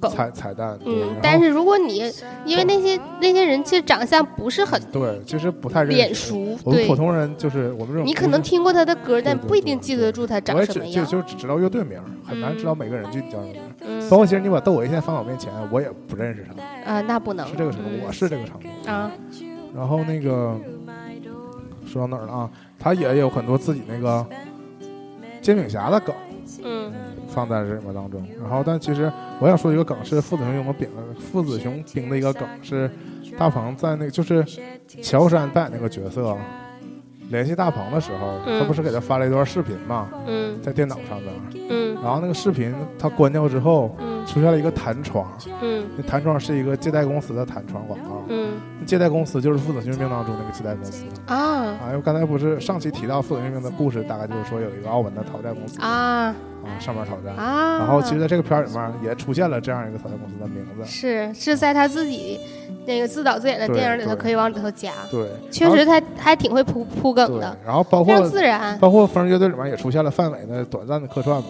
A: 彩彩蛋，对然
B: 嗯
A: 后，
B: 但是如果你因为那些那些人其实长相不是很
A: 对其实不太认识
B: 脸熟，
A: 我们
B: 对
A: 普，通人就是我们这种
B: 你可能听过他的歌，但
A: 对对
B: 不一
A: 对
B: 定记得住他
A: 我
B: 长
A: 也
B: 什
A: 只
B: 么
A: 就
B: 样。
A: 就只知道乐队名，很难
B: 嗯
A: 知道每个人具体叫什么名。
B: 嗯
A: 包括其实你把窦唯现在放到我面前，我也不认识他，
B: 啊，那不能
A: 是这个程度，我是这个程度。
B: 啊，
A: 然后那个说到哪儿了啊？他也有很多自己那个煎饼侠的梗。
B: 嗯
A: 放在这里面当中。然后，但其实我想说一个梗是父子雄用的饼，父子雄兵的一个梗是大鹏在那个就是乔杉扮演那个角色联系大鹏的时候，
B: 嗯
A: 他不是给他发了一段视频嘛，
B: 嗯
A: 在电脑上面。
B: 嗯
A: 然后那个视频他关掉之后，
B: 嗯
A: 出现了一个弹窗，
B: 嗯
A: 那弹窗是一个借贷公司的弹窗广告。
B: 嗯
A: 借贷公司就是父子雄兵当中那个借贷公司
B: 啊
A: 啊，因为刚才不是上期提到父子雄兵的故事，大概就是说有一个澳门的讨债公司啊
B: 啊
A: 上面讨债。
B: 啊！
A: 然后其实在这个片儿里面也出现了这样一个草药公司的名字，
B: 是是在他自己那个自导自演的
A: 对
B: 电影里头
A: 对
B: 可以往里头加，
A: 对，
B: 确实他还挺会铺铺
A: 然后
B: 梗
A: 对
B: 的，，
A: 然后包
B: 非常
A: 括
B: 自然。
A: 包括缝纫乐队里面也出现了范伟的短暂的客串嘛，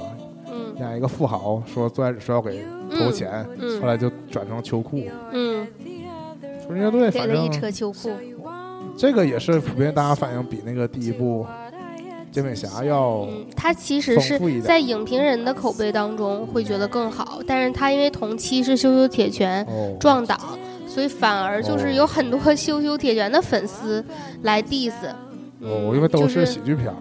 B: 嗯
A: 演一个富豪说最开始说要给投钱，
B: 嗯
A: 后来就转成秋裤，
B: 嗯，
A: 缝纫乐队
B: 给
A: 哎反
B: 了一
A: 正哦
B: 车秋裤。
A: 这个也是普遍大家反映比那个第一部煎饼侠要
B: 嗯，他其实
A: 丰
B: 是
A: 富一点
B: 在影评人的口碑当中会觉得更好，但是他因为同期是羞羞铁拳
A: 哦
B: 嗯撞倒，所以反而就是有很多 羞羞铁拳的粉丝来 diss。
A: 哦，
B: 嗯
A: 因为都
B: 就是
A: 喜剧片儿，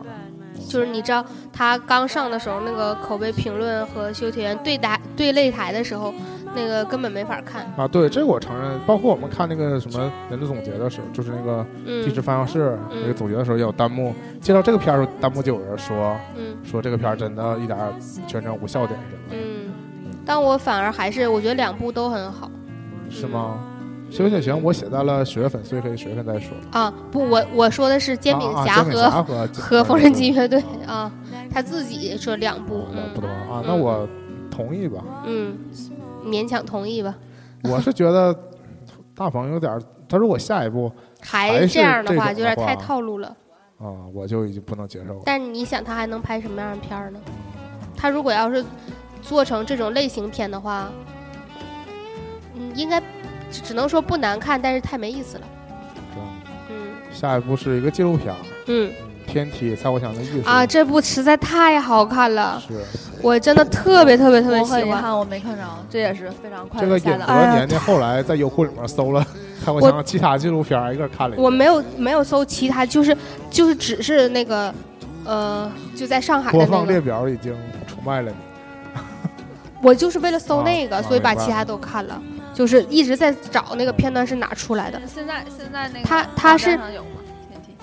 B: 就是你知道他刚上的时候，那个口碑评论和修铁员对打对擂台的时候，那个根本没法看。
A: 啊，对，这个我承认，包括我们看那个什么年度总结的时候，就是那个地质
B: 嗯
A: 发扬室
B: 嗯
A: 那个总结的时候，也有弹幕介绍这个片儿的时候，弹幕就有人说。
B: 嗯
A: 说这个片儿真的一点儿全程无笑点什么的，
B: 嗯，但我反而还是我觉得两部都很好
A: 是吗？休雪行我写在了九月粉碎，可以九月份再说。
B: 啊。不，我我说的是煎饼
A: 啊啊
B: 侠
A: 煎饼
B: 和、
A: 侠和
B: 和缝纫机
A: 啊
B: 乐队啊，他自己说两部，嗯
A: 不多啊，那我同意吧。
B: 嗯，勉强同意吧。
A: 我是觉得大鹏有点儿，他如果下一步还
B: 还
A: 是
B: 这样的话，
A: 这
B: 有
A: 种
B: 点
A: 的话
B: 太套路了。
A: 啊，我就已经不能接受了。
B: 但你想，他还能拍什么样的片儿呢？他如果要是做成这种类型片的话，嗯，应该只只能说不难看，但是太没意思了。
A: 这样
B: 嗯
A: 下一步是一个纪录片儿，
B: 嗯
A: 《天梯蔡国强的艺术》
B: 啊，这部实在太好看了，
A: 是
B: 我真的特别特别特别
C: 我
B: 喜
C: 很遗
B: 欢。
C: 憾我没看着，这也是非常快
A: 这个
C: 的
A: 尹
C: 下
A: 博
C: 档。
B: 啊
A: 年年后来在优酷里面搜 了蔡国强的其他纪录片儿，挨个看了一遍。
B: 我没有没有搜其他，就是就是只是那个呃，就在上海
A: 播
B: 的
A: 放
B: 那
A: 列
B: 个，
A: 表已经出卖了你。
B: 我就是为了搜那
A: 啊
B: 个，所以把
A: 明白
B: 其他都看了，就是一直在找那个片段是哪出来的
C: 但。是现在现在那个
B: 他
C: 网
B: 他
C: 站
B: 是
C: 上有吗？天梯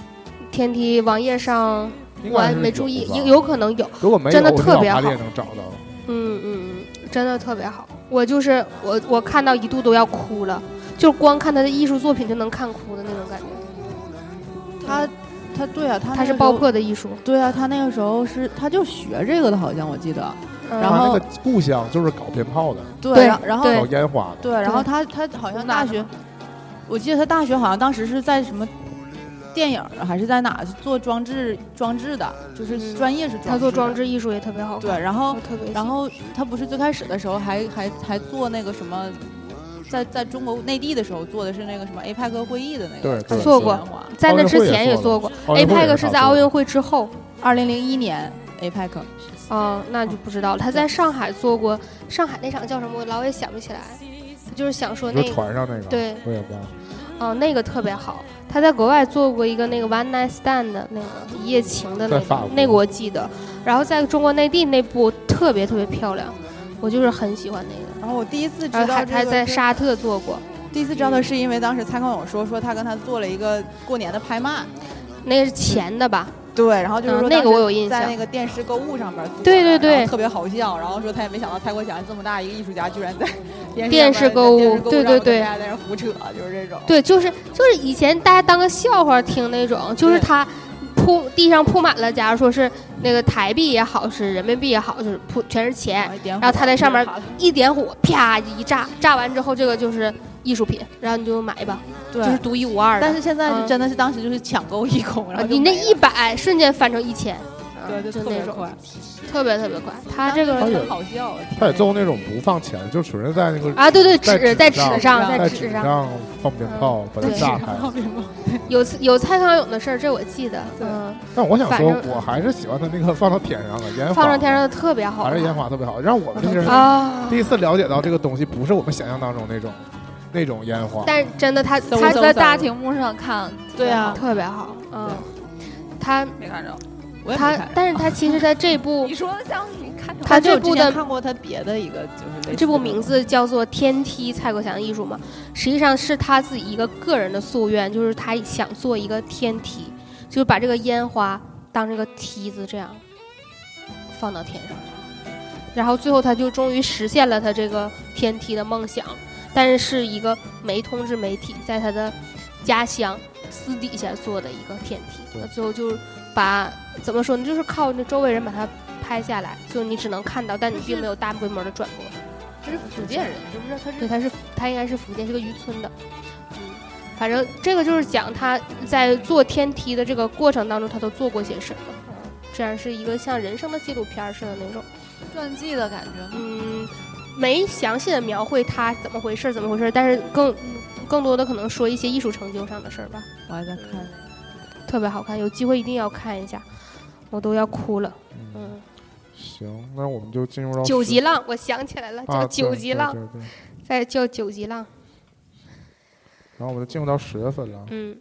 B: 天梯网页上
A: 应
B: 我
A: 该
B: 还
A: 是
B: 没注意，
A: 吧
B: 有有可能有，
A: 如果没有，
B: 真的
A: 我去
B: 特别
A: 网吧里
B: 好
A: 也能找到。
B: 嗯嗯，嗯，真的特别好。我就是我，我看到一度都要哭了，就光看他的艺术作品就能看哭的那种感觉。
D: 他他对啊，他那
B: 他
D: 个
B: 是
D: 时
B: 爆
D: 候
B: 破的艺术，
D: 对啊，他那个时候是他就学这个的，好像我记得。
B: 嗯
D: 然后
A: 他那个故乡就是搞鞭炮的，
B: 对
D: 对，然然后
B: 对
A: 搞烟花的，
D: 对，然后他他好像
C: 湖
D: 大
C: 南
D: 学
C: 的，
D: 我记得他大学好像当时是在什么电影儿还是在哪做装置装置的，就是
B: 嗯
D: 专业是装置
B: 他做装
D: 的。
B: 置艺术也特别好看，
D: 对，然
B: 我
D: 后
B: 特别喜欢。
D: 然后他不是最开始的时候还还还做那个什么，在在中国内地的时候做的是那个什么 APEC 会议的那个
A: 对对
B: 做过
D: 嘉年华，
B: 在那之前
A: 也
B: 做
A: 做
B: 过
A: 奥运会也
B: ，APEC 是在奥运会之后，
D: 二零零一年 E APEC
B: 哦，那就不知道了。他在上海做过，上海那场叫什么，我老也想不起来，就是想说
A: 就
B: 那
A: 是
B: 个。
A: 船上那个，
B: 对
A: 我也忘了。
B: 哦，那个特别好。他在国外做过一个那个 One Night Stand 的那个一夜情的那
A: 在法
B: 个
A: 国，
B: 那个我记得。然后在中国内地那部特别特别漂亮，我就是很喜欢那个。
D: 然后我第一次知
B: 然后
D: 道
B: 还
D: 这
B: 还
D: 个
B: 在嗯
D: 是
B: 沙特做过，
D: 第一次知道的是因为当时蔡康永说说他跟他做了一个过年的拍卖，
B: 那个是前的吧？
D: 对，然后就是
B: 嗯
D: 说
B: 那个我有
D: 当时
B: 印象
D: 在那个电视购物上边做的，
B: 对对对
D: 然后特别好笑，然后说他也没想到蔡国强这么大一个艺术家，居然在电视
B: 电视购物
D: 物，
B: 对对
D: 电视上跟
B: 对
D: 大家在那胡扯，就是这种，
B: 对，就是就是以前大家当个笑话听那种，就是
D: 对
B: 他铺地上铺满了，假如说是那个台币也好，是人民币也好，就是铺全是钱，
D: 后一点火
B: 然后他在上面
D: 就哦好了
B: 一点火啪一炸，炸完之后这个就是艺术品，然后你就买吧，
D: 对
B: 就是独一无二的。
D: 但是现在
B: 嗯
D: 真的是当时就是抢购一空，
B: 啊
D: 然后
B: 你
D: 就
B: 那
D: 没了
B: 一百瞬间翻成一千，啊
D: 对
B: 就
D: 就特
B: 那
D: 别
B: 种
D: 快，
B: 特别特别快。他这
D: 当
B: 个
D: 时
A: 他也
D: 很好笑，
A: 他也做过那种不放钱，就纯是在那个
B: 啊，对对，纸
A: 在纸
B: 在
A: 上
B: 纸上，
D: 在
A: 在
B: 纸
A: 纸
B: 上。嗯
A: 上放鞭炮把它
B: 对
A: 炸开。
B: 有次有蔡康永的事儿，这我记得，
D: 对
B: 嗯，
A: 但我想
B: 反
A: 说，
B: 正
A: 我还是喜欢他那个放到天上的烟花，
B: 放上天上的特别好
A: 还
B: 看
A: 是烟花特别好，让我们这些人
B: 啊
A: 第。一次了解到这个东西不是我们想象当中那种那种烟花。
B: 但是真的他
D: 搜
B: 他
D: 搜
B: 在
C: 在
D: 搜
B: 大
C: 大
B: 厅
C: 屏幕上看，
D: 对啊，
B: 特别好，嗯，他
D: 没看着，我也
B: 他
D: 没看，着。
B: 但是他其实在这部
C: 你说的像你看着
B: 他
D: 就
B: 这部的
D: 看过他别的一个就是类似
B: 这部
D: 的
B: 名字叫做《天梯蔡国强艺术》嘛，实际上是他自己一个个人的夙愿，就是他想做一个天梯，就是把这个烟花当这个梯子这样放到天上，然后最后他就终于实现了他这个天梯的梦想，但是是一个没通知媒体在他的家乡私底下做的一个天梯，那最后就是把怎么说呢，就是靠那周围人把它拍下来，就你只能看到，但你并没有大规模的转播。
D: 他是福建人，是不是？他是
B: 对，他是他应该是福建，是个渔村的。嗯，反正这个就是讲他在做天梯的这个过程当中，他都做过些什么。这样是一个像人生的纪录片儿似的那种，
C: 传记的感觉吗？
B: 嗯，没详细的描绘他怎么回事儿怎么回事儿，但是更更多的可能说一些艺术成就上的事儿吧。
D: 我还在看。
B: 特别好看，有机会一定要看一下，我都要哭了。
A: 嗯，
B: 嗯，
A: 行，那我们就进入到
B: 九
A: 十
B: 级浪，我想起来了，
A: 哦啊
B: 叫
A: 对
B: 九级
A: 对
B: 浪，
A: 对对
B: 再叫九级浪。
A: 然后我们就进入到十月份了。
B: 嗯，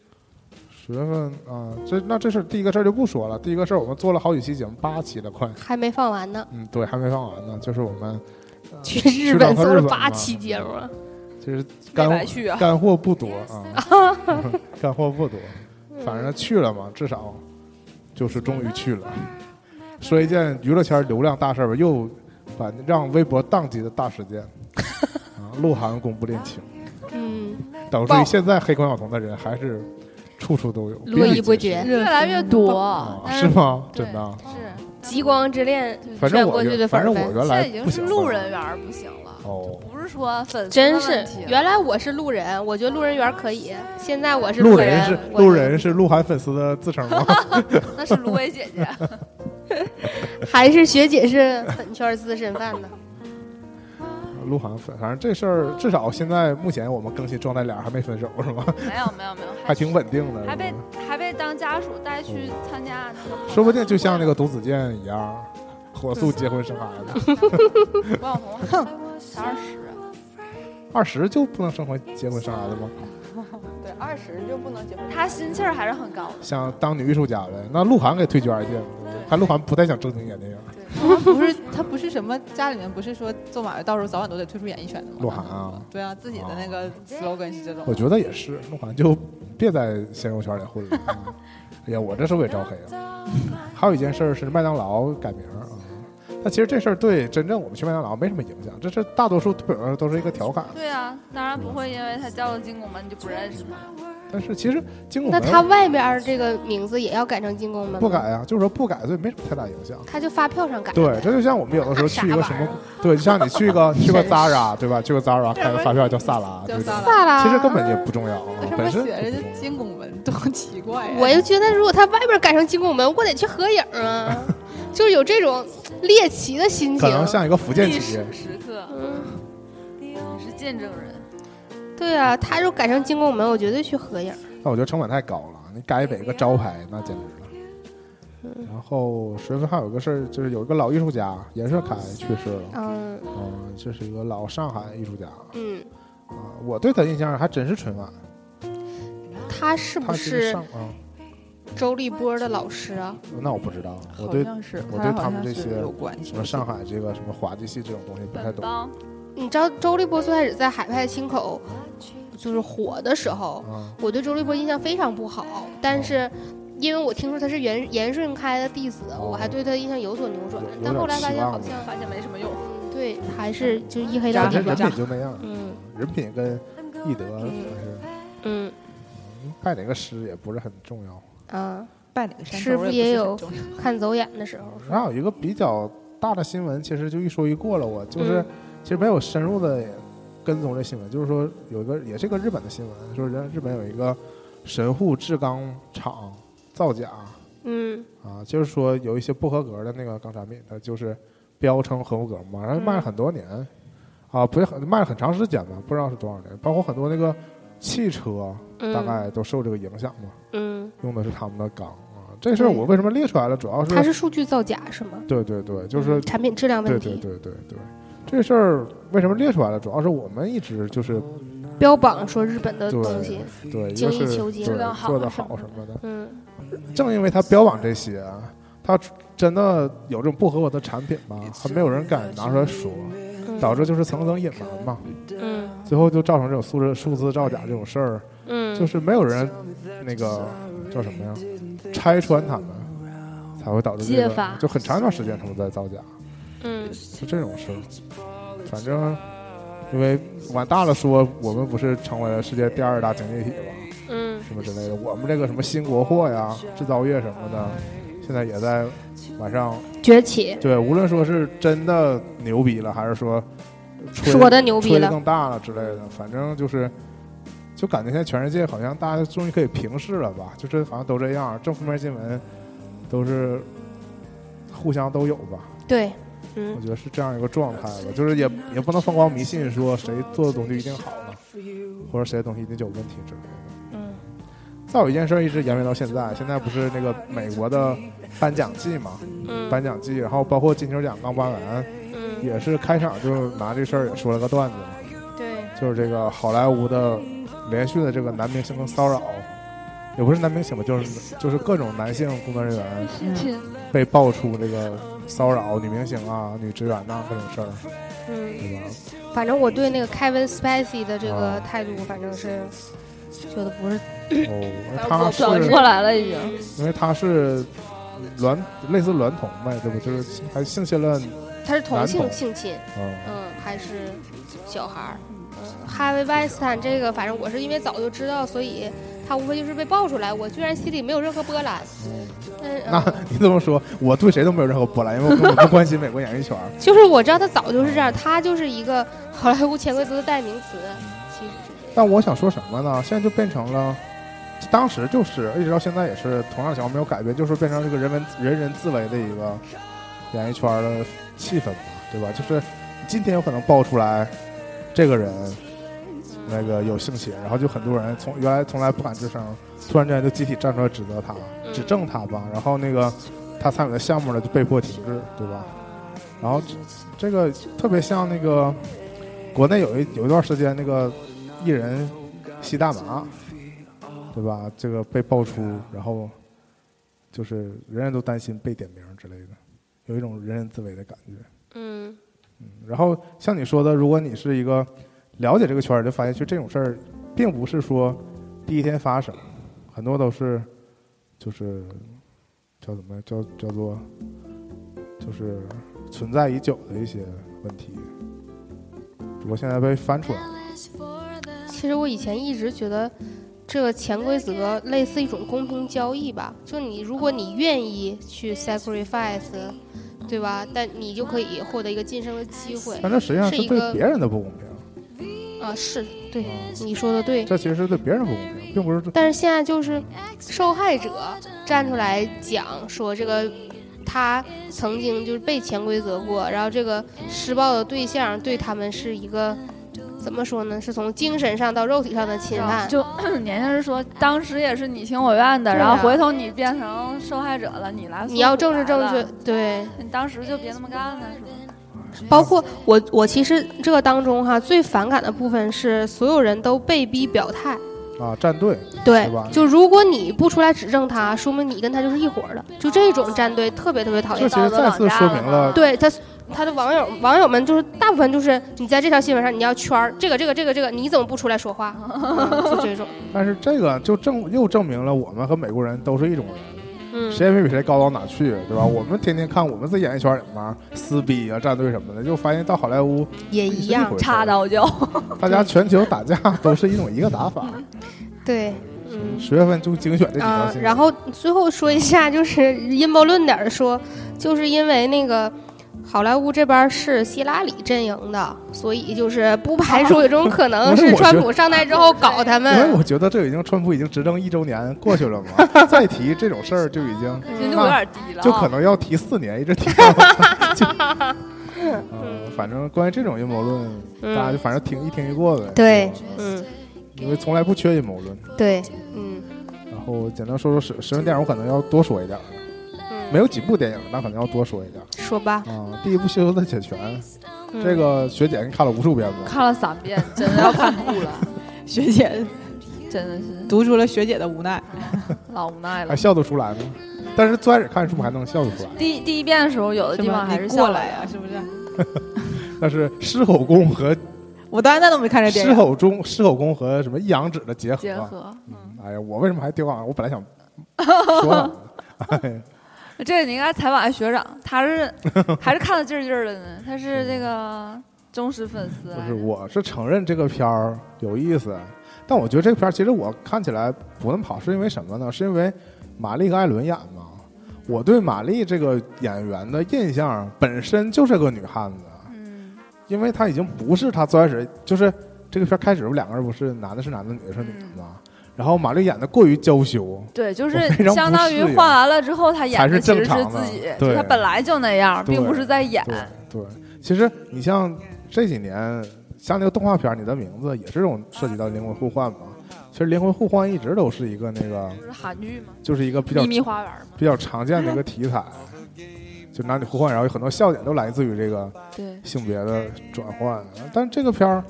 A: 十月份啊，这那这是第一个事儿就不说了。第一个事儿我们做了好几期节目，八期了快。
B: 还没放完呢，
A: 嗯，对，还没放完呢，就是我们
B: 去
A: 去
B: 日
A: 找
B: 本
A: 他
B: 搜
A: 日
B: 了
A: 本
B: 八
A: 嘛嗯
B: 期节目了。
A: 就是
C: 没
A: 干
C: 白去啊！
A: 干货不多啊， 干货不多，
B: 嗯
A: 反正去了嘛，至少就是终于去了。说一件娱乐圈流量大事儿吧，又把让微博宕机的大事件啊，鹿晗公布恋情，
B: 嗯，
C: 啊
A: 导致于现在黑管小童的人还是处处都有，
B: 络
A: 比
B: 绎
A: 比
B: 不
A: 皆
B: 绝
A: 是。
C: 越来
B: 嗯
C: 越多
A: 啊，
C: 但
A: 是吗？
C: 对
A: 真的啊，
C: 是
B: 极光之恋
A: 反
B: 转
A: 正我
B: 过去的
A: 原
B: 粉
A: 反
B: 儿
A: 正
B: 呗
A: 我原
C: 现在
A: 来
C: 已经
A: 不
C: 是
A: 行
C: 路
A: 了
C: 人缘儿不行了，
A: 哦，
C: 不是说粉丝
B: 真
C: 的
B: 是
C: 问题，了
B: 原来我是路人，我觉得路人缘可以，现在我是
A: 路
B: 人
A: 人，是
B: 我
A: 路人是鹿晗粉丝的自称吗？
C: 那是芦苇姐姐，
B: 还是学姐是粉圈资深饭的。
A: 鹿晗粉，反正这事儿至少现在目前我们更新状态，俩人还没分手是吗？
C: 没有没有没有，
A: 还挺稳定的，
C: 还被
A: 是吧
C: 还被当家属带去参加那个，
A: 说不定就像那个董子健一样，火速结婚生孩 子。
C: 关 晓彤还才二十，
A: 二十就不能生活结婚生孩子吗？
D: 对，二十就不能结婚。
C: 他心气儿还是很高的。
A: 想当女艺术家呗？那鹿晗给退捐去，对不对韩露好像不太想正经演电影。
D: 他不是他不是什么家里面不是说做买卖到时候早晚都得退出演艺圈的吗？
A: 鹿晗啊，
D: 对啊，自己的那
B: 哦
D: 个 slogan 是这种。
A: 我觉得也是，鹿晗就别在鲜肉圈里混 了。嗯哎呀，我这是不是也招黑啊？还有一件事儿是麦当劳改名儿啊。那其实这事儿对真正我们去麦当劳没什么影响，这是大多数基本上都是一个调侃。
C: 对啊，当然不会因为他叫了金拱门你就不认识他。
A: 但是其实金拱
B: 那
A: 门
B: 他外边儿这个名字也要改成进宫门吗？
A: 不改，啊，就是说不改，所以没什么太大影响。
B: 他就发票上改。
A: 对，这就像我们有的时候去一个什 么，对，就像你去一个去个 Zara 对吧？去个 Zara 看个发票叫萨拉，
D: 叫
A: 对吧
D: 萨拉
B: 算了，
A: 其实根本也不重要啊
D: 为，什么
A: 本身
D: 写
A: 就
D: 着
A: 不重要
D: 金拱门，多奇怪呀、
B: 我就觉得，如果他外边改成进宫门，我得去合影啊， 就是有这种猎奇的心
A: 可能
B: 情。
A: 像一个福建
C: 历
A: 企业
C: 史，时刻，
B: 嗯，
C: 你是见证人。
B: 对啊，他如果改成进宫门，我绝对去合影。
A: 但我觉得成本太高了，你改北个招牌那简直了。
D: 嗯
A: 然后十月份还有个事儿，就是有一个老艺术家严世凯去世了，
B: 嗯
A: 嗯、这是一个老上海艺术家啊、
B: 嗯，
A: 我对他印象还真是春晚，
B: 他是
A: 他
B: 不
A: 其实
B: 是
A: 上啊、
B: 周立波的老师啊？
A: 那我不知道，我
D: 好
A: 对
D: 像是，
A: 我
D: 他
A: 对
D: 好
A: 他们
D: 像
A: 这
D: 是
A: 些
D: 有关系。
A: 什么上海这个什么滑稽戏这种东西不太
C: 本
A: 懂。
C: 帮
B: 你知道周立波最开始在海派清口就是火的时候，
A: 啊，
B: 我对周立波印象非常不好，但是。因为我听说他是严严顺开的弟子，
A: 哦
B: 我还对他印象有所扭转
A: 有有，
B: 但
A: 点
B: 后来发
A: 期
B: 现
A: 望
B: 好
A: 了
B: 像
C: 发现没什么用，
B: 嗯对还是就是一黑到
A: 本
B: 底
A: 身人
B: 吧。
A: 品就那样，
B: 嗯
A: 人品跟艺德就是
B: 嗯
A: 拜哪个师也不是很重要。
B: 啊，
D: 拜哪个山头
B: 师傅
D: 也不
B: 也
D: 是
B: 有
D: 很重要
B: 看走眼的时候，
A: 然后有一个比较大的新闻，其实就一说一过了我，就是、
B: 嗯
A: 其实没有深入的跟踪这新闻，就是说有一个也是个日本的新闻，说人日本有一个神户制钢厂造假
B: 嗯
A: 啊，就是说有一些不合格的那个钢产品，它就是标称合格嘛，然
B: 嗯
A: 后卖了很多年，啊，不是很卖了很长时间嘛，不知道是多少年，包括很多那个汽车
B: 嗯，
A: 大概都受这个影响嘛，
B: 嗯，
A: 用的是他们的钢啊，这事儿我为什么列出来了，主要
B: 它是数据造假是吗？
A: 对对对，就是
B: 产品质量
A: 对
B: 问
A: 对
B: 题，
A: 对对对，这事儿为什么列出来了？主要是我们一直就是
B: 标榜说日嗯本的
A: 对
B: 东西，
A: 对，一
B: 精
A: 个
B: 益
A: 是
B: 求
A: 对
B: 精
A: 做
C: 质量好
A: 的
C: 什么
A: 好
C: 的
A: 什么的。
B: 嗯
A: 正因为他标榜这些，啊他真的有这种不合格的产品吧，还没有人敢拿出来说，
B: 嗯
A: 导致就是层层隐瞒嘛，
B: 嗯
A: 最后就造成这种数字数字造假这种事儿，
B: 嗯，
A: 就是没有人那个叫什么呀，拆穿他们，才会导致这
C: 揭
A: 个
C: 发
A: 就很长一段时间他们在造假。
B: 嗯
A: 就这种事儿，反正因为往大了说，我们不是成为了世界第二大经济体嘛，
B: 嗯
A: 什么之类的。我们这个什么新国货呀、制造业什么的，现在也在往上。
B: 崛起，
A: 对，无论说是真的牛逼了，还是说吹
B: 说的牛逼
A: 吹得
B: 了，
A: 更大了之类的，反正就是。就感觉现在全世界好像大家终于可以平视了吧？就是好像都这样，正负面新闻都是互相都有吧。
B: 对，
A: 我
B: 嗯
A: 觉得是这样一个状态吧，就是也也不能风光迷信，说谁做的东西一定好了，或者谁的东西一定就有问题之类的。
B: 嗯
A: 再有一件事儿一直延绵到现在，现在不是那个美国的颁奖季嘛，
B: 嗯
A: 颁奖季，然后包括金球奖刚颁完，
B: 嗯，
A: 也是开场就拿这事儿也说了个段子，
B: 对，
A: 就是这个好莱坞的连续的这个男明星骚扰，也不是男明星吧，就是就是各种男性工作人员
B: 嗯
C: 嗯
A: 被爆出这个骚扰女明星啊、女职员呐、各种事儿，
B: 嗯，
A: 对吧？
B: 反正我对那个 Kevin Spacey 的这个
A: 啊
B: 态度，反正是觉得不是，
A: 哦，
C: 我
A: 他
C: 转不
A: 是
C: 过来了已经。
A: 因为他是娈类似娈童呗，对不？就是还性啊侵了，
B: 他是同
A: 男
B: 性
A: 同
B: 性侵，
A: 嗯，
B: 嗯，还是小孩儿。嗯，哈维·外斯坦这个，反正我是因为早就知道，所以他无非就是被爆出来，我居然心里没有任何波澜。嗯，
A: 呃那
B: 嗯
A: 你这么说，我对谁都没有任何波澜，因为我根本不关心美国演艺圈。
B: 就是我知道他早就是这样，他就是一个好莱坞潜规则的代名词，其实是这样。
A: 但我想说什么呢？现在就变成了，当时就是一直到现在也是同样的情况没有改变，就是变成这个人文人人自危的一个演艺圈的气氛吧，对吧？就是今天有可能爆出来这个人那个有性侵，然后就很多人从原来从来不敢吱声，突然之间就集体站出来指责他、指正他吧，然后那个他参与的项目呢就被迫停滞，对吧？然后这这个特别像那个国内有一有一段时间那个艺人吸大麻，对吧？这个被爆出，然后就是人人都担心被点名之类的，有一种人人自危的感觉。
B: 嗯，
A: 嗯，然后像你说的，如果你是一个了解这个圈儿，就发现就这种事儿，并不是说第一天发生，很多都是就是叫什么叫叫做就是存在已久的一些问题，只不过现在被翻出来了。
B: 其实我以前一直觉得这个潜规则类似一种公平交易吧，就你如果你愿意去 sacrifice，对吧？但你就可以获得一个晋升的机会
A: 但这实际上
B: 是
A: 是
B: 一
A: 对
B: 个
A: 别人的不公平，
B: 啊，是对
A: 啊，
C: 嗯
B: 你说的对。
A: 这其实是对别人不公平，并不是对
B: 但是现在就是受害者站出来讲说这个。他曾经就是被潜规则过，然后这个施暴的对象对他们是一个怎么说呢？是从精神上到肉体上的侵犯。
C: 啊就年轻人说，当时也是你情我愿的，
B: 对
C: 然后
B: 啊
C: 回头你变成受害者了，你来
B: 你要政治
C: 诉苦
B: 正
C: 来
B: 确
C: 了，，
B: 对，
C: 你当时就别那么干了，是吧？
B: 包括我，我其实这个当中哈，最反感的部分是所有人都被逼表态。
A: 啊站队，
B: 对
A: 是吧，
B: 就如果你不出来指证他，说明你跟他就是一伙儿的。就这种站队特别特别讨
A: 这
B: 厌。
A: 其实再次说明了
B: 对他，他的网友网友们就是大部分就是你在这条新闻上你要圈儿这个这个这个这个，你怎么不出来说 话？嗯就这种，
A: 但是这个就证又证明了我们和美国人都是一种人，
B: 嗯，
A: 谁也没比谁高到哪去，对吧？我们天天看我们自己演艺圈里面撕逼啊、站队什么的，就发现到好莱坞
B: 也
A: 是
B: 一
A: 回
B: 样
A: 事，儿
C: 插刀就
A: 大家全球打架都是一种一个打法。
B: 对，嗯。
A: 十月份就精选这几条
B: 啊
A: 新，闻，
B: 然后最后说一下，就是阴谋论点儿说，就是因为那个好莱坞这边儿是希拉里阵营的，所以就是不排除有种可能
A: 不是
B: 是
A: 我
B: 川
A: 觉
B: 普上台之后搞他
A: 因为
B: 们。
A: 我觉得这已经川普已经执政一周年过去了 嘛，再提这种事儿就已经
C: 这就有点低了啊，
A: 就可能要提四年，一直提到就。 嗯，反正关于这种阴谋论，大家就
B: 嗯，
A: 反正听一听一过呗。
B: 对
A: 是吧，
B: 嗯，
A: 因为从来不缺阴谋论。
B: 对，嗯
A: 然后简单说说十十份电影，我可能要多说一点儿，
B: 嗯，
A: 没有几部电影，那可能要多说一点儿
B: 说吧，
C: 嗯
A: 啊。第一部《羞羞的铁拳》，
B: 嗯
A: 这个学姐你看了无数遍吧？
C: 看了三遍，真的要看吐了，
E: 学姐
C: 真的是
E: 读出了学姐的无奈。
C: 老无奈了
A: 还。笑得出来吗？但是最开始看是不是还能笑得 出来？
C: 第第一遍的时候，有的地方还是
E: 什么你过
C: 笑
E: 来
C: 呀、
E: 呀、是不是？
A: 但是狮吼功和
E: 我到现在都没看这电
A: 狮
E: 影。
A: 吼中狮吼功和什么一阳指的结合
C: 哎结
A: 啊。
C: 合。嗯，
A: 哎呀，我为什么还丢啊？我本来想说呢，
C: 这个你应该采访一下学长，他是还是看得劲儿劲儿的呢，他是这个忠实粉丝啊
A: 就
C: 来
A: 是
C: 着。
A: 我是承认这个片儿有意思，但我觉得这个片儿其实我看起来不那么好，是因为什么呢？是因为玛丽和艾伦演嘛。我对玛丽这个演员的印象本身就是个女汉子，
C: 嗯，
A: 因为她已经不是她最开始就是这个片儿开始不两个人不是男的是男的，女的是女的嘛。然后玛丽演的过于娇羞，
C: 对，就
A: 我
C: 是
A: 非常
C: 相
A: 不
C: 当
A: 适
C: 于
A: 应
C: 画完了之后，他
A: 才
C: 演
A: 是
C: 的其实
A: 正
C: 是
A: 常
C: 自
A: 的
C: 己，
A: 对
C: 就他本来就那样，并
A: 对
C: 不是在演。
A: 对对，其实你像这几年，像那个动画片儿《你的名字》也是这种涉及到灵魂互换嘛。其实灵魂互换一直都是一个那个，
C: 不是韩剧吗？
A: 就是一个比较
C: 秘密花园嘛。
A: 比较常见的一个题材，就男女互换，然后有很多笑点都来自于这个
C: 对，
A: 性别的转换。但这个片儿，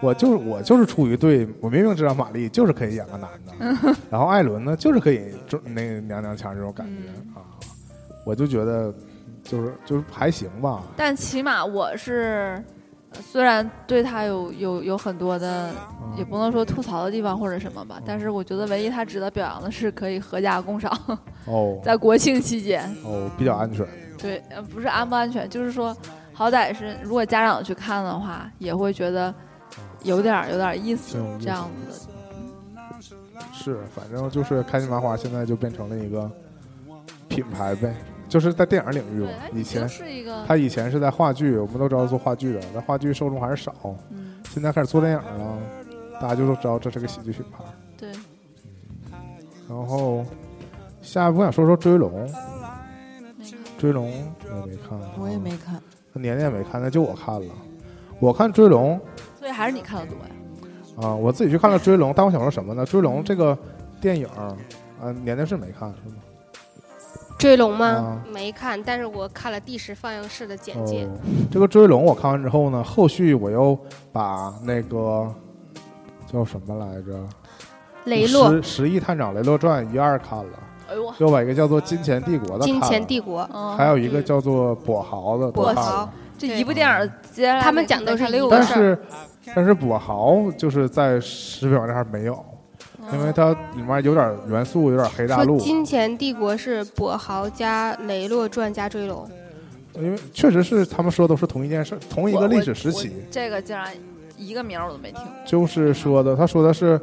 A: 我就是我就是出于对我明明知道玛丽就是可以演个男 的，然后艾伦呢就是可以中那个娘娘腔这种感觉、
C: 嗯
A: 啊，我就觉得就是就是还行吧。
C: 但起码我是，呃虽然对他有有有很多的，
A: 嗯
C: 也不能说吐槽的地方或者什么吧，但是我觉得唯一他值得表扬的是可以合家共赏，
A: 哦
C: 在国庆期间。
A: 哦，比较安全。
C: 对，呃不是安不安全，就是说，好歹是如果家长去看的话，也会觉得有点儿有点儿意思
A: 挺有意思
C: 这样子的。
A: 是，反正就是开心麻花现在就变成了一个品牌呗，就是在电影领域嘛
C: 对，它，
A: 以
C: 已经
A: 前。
C: 是一个，
A: 他以前是在话剧，我们都知道做话剧的，但话剧受众还是少。
C: 嗯，
A: 现在开始做电影了，大家就都知道这是个喜剧品牌。
C: 对，
A: 然后下一步我想说说追龙《
C: 那个
A: 追龙》，《追龙》我没看，啊
E: 我也，没看，
A: 年年也没看，那就我看了。我看《追龙》
C: 所以还是你看的多呀。
A: 啊，我自己去看了《追龙》，但我想说什么呢？《追龙》这个电影，啊，年年是没看是吗？
B: 追龙吗
A: 啊？
B: 没看，但是我看了第十放映室的简介
A: 哦。，这个《追龙》我看完之后呢，后续我又把那个叫什么来着？
B: 雷洛
A: 十十亿探长雷洛传》一二看了，
C: 哎呦我，
A: 又把一个叫做《金钱帝国》的看
B: 金
A: 了，
B: 钱帝国
C: 嗯
A: 还有一个叫做《跛豪》的都
C: 跛
A: 看了
C: 豪，这一部电影接下来
B: 他们讲都是
C: 得看六
B: 一
C: 个
A: 但
B: 个
C: 事儿，
A: 是但是跛豪就是在十秒那儿没有，因为它里面有点元素，有点黑大
B: 说
A: 陆
B: 《金钱帝国》是跛豪加雷洛传加追龙，
A: 因为确实是他们说都是同一件事，同一
C: 我
A: 个历
C: 我
A: 史时
C: 我
A: 期，
C: 这个竟然一个名儿我都没听过。
A: 就是说的，他说的是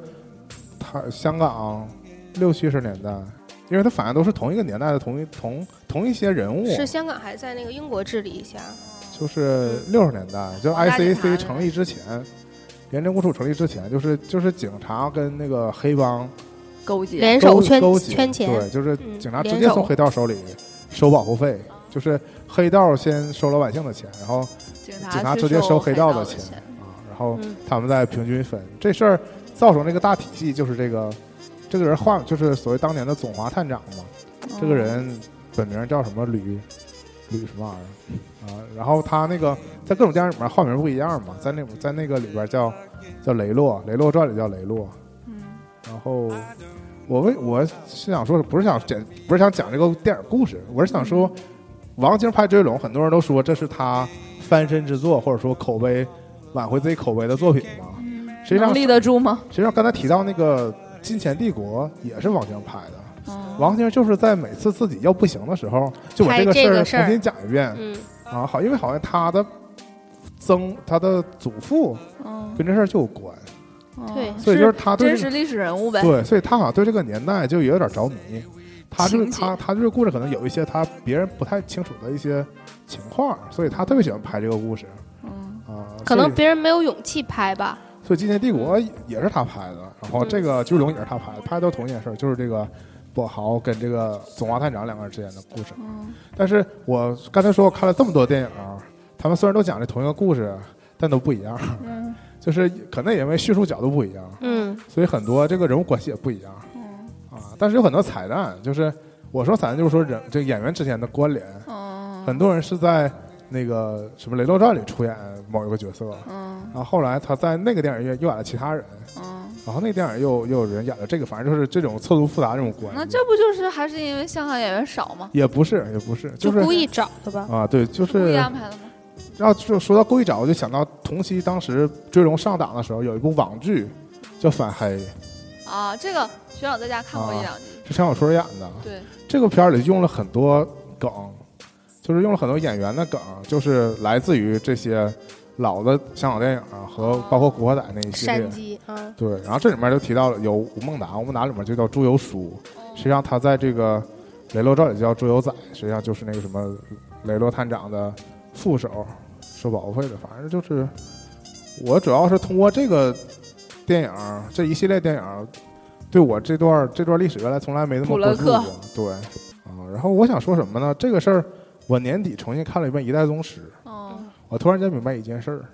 A: 他香港六七十年代，因为他反正都是同一个年代的同一同同一些人物，
B: 是香港还在那个英国治理一下，
A: 就是嗯六十年代，就
B: 大理查
A: ICAC
B: 的
A: 成立之前，廉政公署成立之前，就是就是警察跟那个黑帮
C: 勾结，
B: 联手
A: 勾
B: 圈
A: 勾结，
B: 圈钱，
A: 对，就是
B: 嗯
A: 警察
B: 联
A: 直接
B: 手
A: 从黑道手里收保护费，就是黑道先收老百姓的钱，然后
C: 警察
A: 警察
C: 去
A: 直接
C: 收
A: 收黑道
C: 的
A: 的钱啊，然后
B: 嗯
A: 他们再平均分。这事儿造成这个大体系，就是这个这个人换，就是所谓当年的总华探长嘛。这个人本名叫什么吕吕什么玩意儿啊？然后他那个在各种电影里面化名不一样嘛，在那在那个里边叫叫雷洛，《雷洛传》里叫雷洛。
C: 嗯，
A: 然后我为我是想说，不是想讲，不是想讲这个电影故事，我是想说，王晶拍《追龙》，很多人都说这是他翻身之作，或者说口碑挽回自己口碑的作品嘛。实际上
C: 能，立得住吗？
A: 实际上刚才提到那个《金钱帝国》也是王晶拍的。
C: 嗯
A: 王晶就是在每次自己要不行的时候，就把
B: 拍
A: 这个
B: 这
A: 事
B: 个
A: 儿
B: 事儿
A: 重新讲一遍
B: 嗯，
A: 啊。好，因为好像他的曾他的祖父
C: 嗯，
A: 跟这事儿就有关，
B: 对
A: 所以就是他对
C: 真
A: 这个
C: 实历史人物呗。
A: 对，所以他好像对这个年代就也有点着迷。他就是
C: 情节
A: 他，他这个故事可能有一些他别人不太清楚的一些情况，所以他特别喜欢拍这个故事
C: 嗯，
A: 啊。
B: 可能
A: 所以
B: 别人没有勇气拍吧，
A: 所以《今天帝国》呃也是他拍的，然后这个《巨龙》也是他拍的，拍的都同一件事儿，就是这个跛豪跟这个总华探长两个人之间的故事。
C: 嗯
A: 但是我刚才说我看了这么多电影儿，他们虽然都讲的同一个故事，但都不一样，
C: 嗯
A: 就是可能也因为叙述角度不一样，
B: 嗯，
A: 所以很多这个人物关系也不一样
C: 嗯
A: 啊。但是有很多彩蛋，就是我说彩蛋就是说人这演员之间的关联，
C: 嗯
A: 很多人是在那个什么《雷洛传》里出演某一个角色，
C: 嗯
A: 然后后来他在那个电影院又演了其他人，
C: 嗯，
A: 然后那个电影又又有人演了这个，反正就是这种错综复杂这种关
C: 那
A: 系
C: 这。不就是还是因为香港演员少吗？
A: 也不是，也不是，
B: 嗯就是故意找的吧，
A: 啊，对，就
C: 故
A: 是
C: 意安排的吗？
A: 然后就说到故意找，我就想到同期当时追龙上档的时候，有一部网剧叫《反黑》，
C: 啊，这个学长在家看
A: 啊
C: 过一两集，
A: 是陈小春演的。
C: 对，
A: 这个片儿里用了很多梗，就是用了很多演员的梗，就是来自于这些老的香港电影啊和包括《古惑仔》那一嗯系列
B: 山。鸡啊，
A: 对，然后这里面就提到了有吴孟达，吴孟达里面就叫朱由枢，实际上他在这个雷洛传里叫朱由仔，实际上就是那个什么雷洛探长的副手，收保护费的，反正就是我主要是通过这个电影儿这一系列电影儿，对我这段儿这段历史原来从来没那么
C: 普勒
A: 关注过
C: 克，
A: 对啊、然后我想说什么呢？这个事儿我年底重新看了一遍《一代宗师》，
C: 嗯
A: 我突然间明白一件事儿，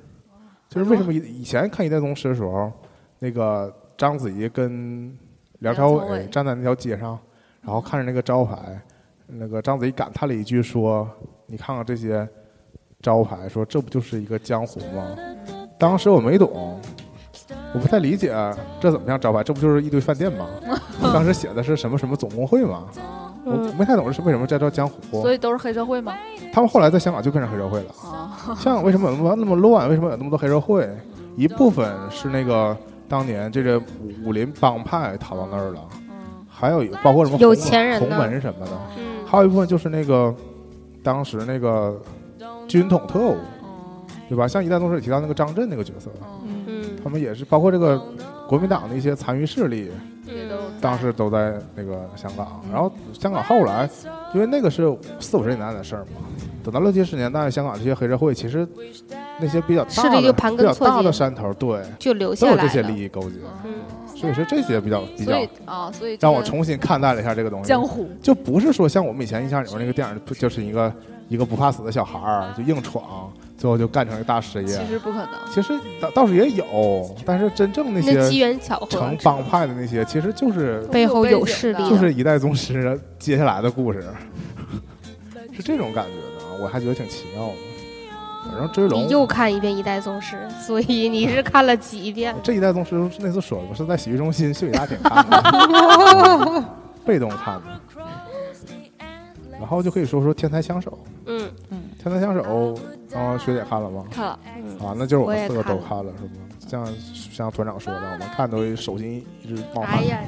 A: 就是为什么以以前看《一代宗师》的时候，那个章子怡跟梁朝
C: 梁朝伟
A: 伟站在那条街上，然后看着那个招牌，那个章子怡感叹了一句说：“你看看这些招牌，说这不就是一个江湖吗？”当时我没懂，我不太理解这怎么样招牌，这不就是一堆饭 店吗？当时写的是什么什么总工会吗？我
B: 嗯，
A: 没太懂是为什么这叫江湖
C: 所。以都是黑社会吗？
A: 他们后来在香港就变成黑社会了。
C: 啊，
A: 香港为什么有那么那么乱？为什么有那么多黑社会？一部分是那个当年这个武武林帮派逃到那儿了，
C: 嗯
A: 还有一包括什么
B: 有
A: 红
B: 钱人
A: 红
B: 呢
A: 门什么的，
B: 嗯，
A: 还有一部分就是那个当时那个军统特务，
C: 嗯
A: 对吧？像《一代宗师》里提到那个张震那个角色，
C: 嗯，
B: 嗯
A: 他们也是包括这个国民党的一些残余势力，
C: 也都
B: 嗯
A: 当时都在那个香港，然后香港后来，因为那个是四五十年代的事儿嘛，等到六七十年代，香港这些黑社会其实那些比较
B: 势
A: 大
B: 力
A: 的、
B: 就盘
A: 比
B: 根
A: 较
B: 错节
A: 大的山头，对，
B: 就留
A: 都
B: 下
A: 有
B: 来
A: 这些
B: 了
A: 利益勾结，
B: 嗯，
A: 所以说这些比较比
C: 所
A: 较
C: 以啊，所以
A: 让我重新看待了一下这个东西，
C: 江湖，
A: 就不是说像我们以前印象里面那个电影，就是一个一个不怕死的小孩儿
B: 嗯
A: 就硬闯，最后就干成一个大事业
C: 其。实不可能。
A: 其实倒倒是也有，但是真正那
B: 那机
A: 些
B: 缘巧合
A: 成，帮派的那些，其实就是
B: 背后有势力
C: 啊
A: 就是一代宗师接下来的故事，是这种感觉的啊，我还觉得挺奇妙的。反正追
B: 你
A: 龙
B: 又看一遍《一代宗师》，所以你是看了几遍？
A: 这一代宗师 那次说了，我是在洗浴中心秀给大家看的，被动看的。后就可以说说《天才枪手》。
B: 嗯
A: 《天才枪手》，刚刚学姐看了吗？
C: 看了，
B: 嗯，
A: 啊，那就是我
D: 我
A: 们
D: 也
A: 四个都
D: 看
A: 看了，是吗？像像团长说的，我们看都手心一直冒汗
B: 哎。呀，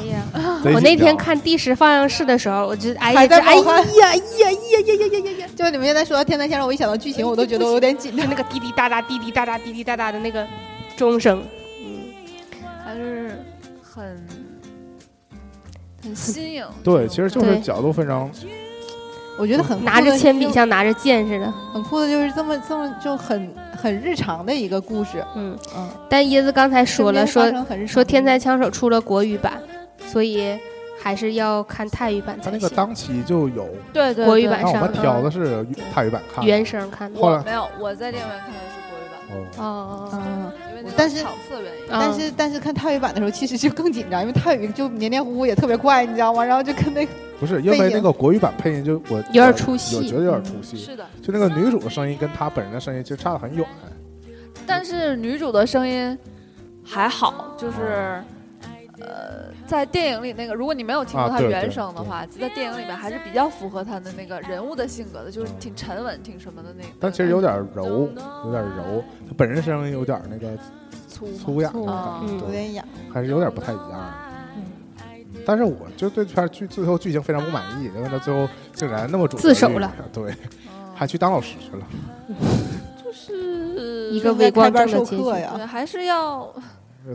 B: 哎呀，
A: 贼
B: 我
A: 紧
B: 那天
A: 张
B: 看第十放映室的时候，我就哎呀，
D: 还
B: 这
D: 在
B: 哎
D: 冒汗
B: 呀哎呀呀呀呀呀哎呀呀，
D: 就你们现在说到《天才先生》，我一想到剧情，我都觉得我有点紧
B: 就
D: 张。
B: 那个滴滴答答、滴滴答答、滴滴答答的那个钟声，嗯，
C: 还是很很新颖。
A: 对，其实就是
B: 对
A: 角度非常
D: 我觉得很酷
B: 嗯
D: 的
B: 拿着铅笔
D: 就
B: 像拿着剑似的，
D: 很酷的，就是这么这么就很很日常的一个故事。
B: 嗯。
D: 嗯，
B: 但椰子刚才说了，说说《天才
D: 才
B: 枪手》出了国语版，所以还是要看泰语版才
A: 他啊那
B: 行。
A: 个当期就有，
C: 对对
B: 国语
C: 对
B: 版
A: 但我
B: 上嗯
A: 们挑的是泰语版看的。
B: 原声看的。
A: 后来
C: 没有，我在电影院看的是国语版，
A: 哦，
B: 哦，
D: 嗯，
C: 因为那个
D: 但是
C: 场次的原因。
A: 嗯
D: 但是但是看泰语版的时候，其实就更紧张，因为泰语就黏黏糊糊也特别快，你知道吗？然后就跟那个
A: 不是，因为那个国语版配音就我有
B: 有点出戏嗯
A: 我觉得有点出戏，
C: 是的，
A: 就那个女主的声音跟她本人的声音其实差得很远。
C: 但是女主的声音还好，就是。呃，在电影里那个，如果你没有听过
A: 啊
C: 她
A: 对
C: 原
A: 对
C: 声的话，在电影里面还是比较符合她的那个人物的性格的，就是挺沉稳、挺什么的那个。
A: 但其实有点柔，有点柔，她本人声音有点那个
C: 粗嘛
A: 粗哑的
C: 啊
A: 感觉，
E: 有
A: 对嗯
E: 点痒。
A: 还是有点不太一样。但是我就对这片剧最后剧情非常不满意，因为他最后竟然那么主
B: 自首
A: 旋律
B: 了，
A: 对，
C: 嗯
A: 还去当老师去了。
C: 就是
B: 一个啊
D: 在
B: 伪
D: 开
B: 光正
D: 班
B: 的
D: 授
B: 结
D: 课
B: 局。
C: 嗯对，
D: 呀。
C: 还是要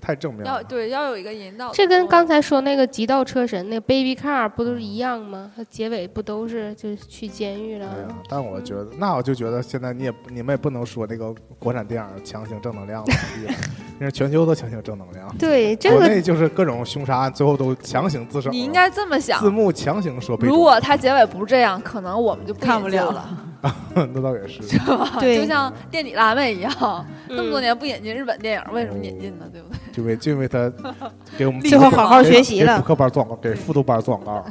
A: 太正面
C: 要
A: 了。
C: 对要有一个引导的作用。
B: 这跟刚才说那个《极道车神》那个 Baby Car 不都是一样吗？它结尾不都是就是去监狱
A: 对啊
B: 了
A: 呀，？但我觉得，那我就觉得现在你也你们也不能说那个国产电影强行正能量了， 因为全球都强行正能量。
B: 对，这
A: 国
B: 个
A: 内就是各种凶杀案，最后都强行自首。
C: 你应该这么
A: 啊字
C: 想，
A: 幕强行说被
C: 如果它结尾不是这样，可能我们就
E: 看不
C: 不引进
E: 了
C: 了，
A: 那倒也是。
E: 对
C: 就像垫底辣妹一样，
B: 嗯
C: 这么多年不引进日本电影，为什么引进呢？对不对？
A: 就为就因为他给我们
E: 最后好好
A: 给
E: 学习了
A: 给补课班做广告，给复读班做广告。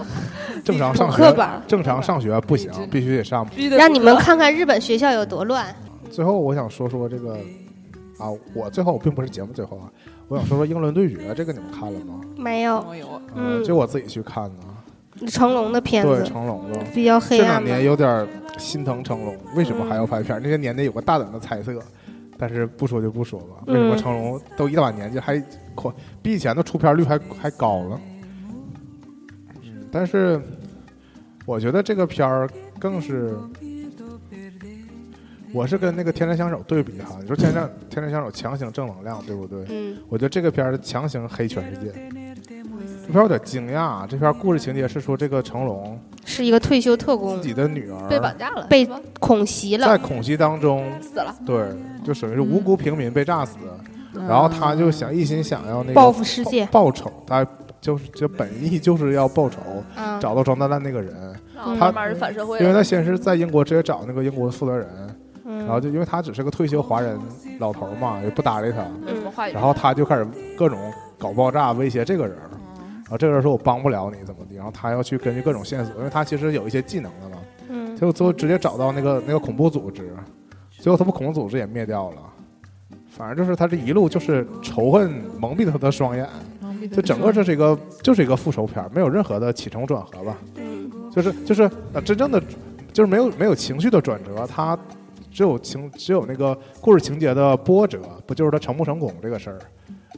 A: 正常上
B: 补课
A: 学，
B: 本儿，
A: 正常上学不行
C: 励志，
A: 必须得上
B: 让你们看看日本学校有多乱。
A: 最后我想说说这个啊，我最后并不是节目最后啊，我想说说英伦对决这个你们看了吗？
B: 没 有，
E: 我有，
A: 呃
B: 嗯
A: 这我自己去看的，啊
B: 成龙的片
A: 对
B: 子
A: 成龙的。
B: 比较黑
A: 这
B: 暗
A: 两
B: 嘛
A: 年。有点心疼成龙，为什么还要拍片儿？那些年代有个大胆的猜测，但是不说就不说吧。为什么
B: 嗯
A: 成龙都一大把年纪还狂，比以前的出片率还还高呢？嗯，但是我觉得这个片儿更是，我是跟那个《天才枪手》对比哈。你说 《天才天才枪手》强行正能量，对不对？
B: 嗯
A: 我觉得这个片儿强行黑全世界。这片儿有点惊讶，啊这片儿故事情节是说这个成龙
B: 是一个退休特工
A: 自己的女儿
C: 被绑架了，
B: 被
C: 是吧
B: 恐袭了
A: 在，恐袭当中，
B: 嗯
C: 死了，
A: 对，就属于是无辜平民被炸死，然后他就想一心想要那个
B: 嗯报复世界
A: 报报仇，他就是这本意就是要报仇，
B: 啊，
A: 找到装炸弹那个人，
C: 然后
B: 嗯
C: 慢慢就反社会
A: 因为
C: 了。
A: 他先是在英国直接找那个英国负责人，
B: 嗯
A: 然后就因为他只是个退休华人老头嘛，也不搭理他，嗯
C: 没什么话语权，
A: 然后他就开始各种搞爆炸威胁这个人，
C: 嗯
A: 然后这个人说我帮不了你怎么地，然后他要去根据各种线索，因为他其实有一些技能的嘛，
B: 嗯
A: 结果最后直接找到那个那个恐怖组织，最后他们恐怖组织也灭掉了。反正就是他这一路就是仇恨蒙蔽了他的双眼，
D: 嗯
A: 就整个这是一个就是一个复仇片儿，没有任何的起承转合吧，
B: 嗯
A: 就是就是呃真正的就是没有没有情绪的转折，他只有情只有那个故事情节的波折，不就是他成不成功这个事儿，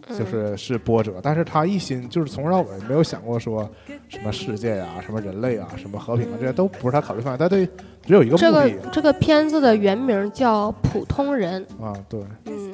B: 嗯
A: 就是是波折，但是他一心就是从头到尾没有想过说什么世界呀、什么人类啊、什么和平啊，这些都不是他考虑范围，他对只有一个
B: 这
A: 目
B: 个
A: 的。
B: 这个片子的原名叫《普通人》，
A: 啊，对，
B: 嗯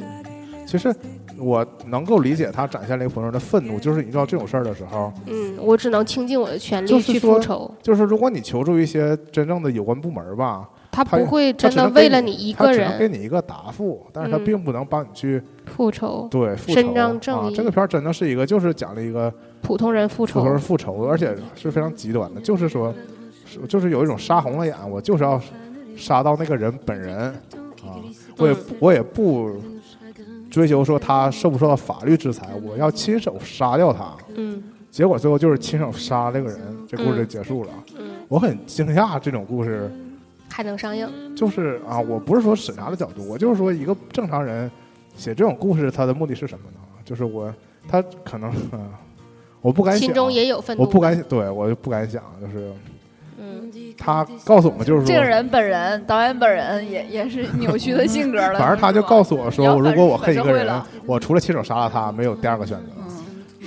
A: 其实我能够理解他展现了一个普通人的愤怒，就是你知道这种事儿的时候，
B: 嗯，我只能倾尽我的全
A: 就
B: 力
A: 是
B: 去
A: 说
B: 复仇，
A: 就是如果你求助一些真正的有关部门儿吧，
B: 他
A: 他
B: 不会
A: 他
B: 真
A: 只
B: 的
A: 能给
B: 为了
A: 你
B: 你一
A: 他
B: 个
A: 只能给
B: 人
A: 你一个答复，但是他
B: 嗯
A: 并不能帮你去
B: 复仇，
A: 对复
B: 伸
A: 仇
B: 张正
A: 啊。
B: 义
A: 这个片儿真的是一个，就是讲了一个
B: 普通人复
A: 普
B: 仇
A: 通，人复仇，而且是非常极端的，就是说，是就是有一种杀红了眼，我就是要杀到那个人本人啊，我也
B: 嗯
A: 不我也不追求说他受不受到法律制裁，我要亲手杀掉他。
B: 嗯
A: 结果最后就是亲手杀这个人，这故事就
B: 嗯
A: 结束了。
B: 嗯，
A: 我很惊讶，这种故事
B: 还能上映，
A: 就是啊，我不是说审查的角度，我就是说一个正常人写这种故事，他的目的是什么呢？就是我他 可能、嗯我不敢想，
B: 心中也有愤怒，
A: 我不敢，对我就不敢想，就是
B: 嗯，
A: 他告诉我们就是
C: 这
A: 说
C: 个，人本人，导演本人也也是扭曲的性格 了。
A: 反正他就告诉我
C: 你要
A: 说，
C: 反
A: 如果我恨一
C: 反
A: 个
C: 社会
A: 人
C: 了，
A: 我除了亲手杀了他，没有第二个选择。
C: 嗯，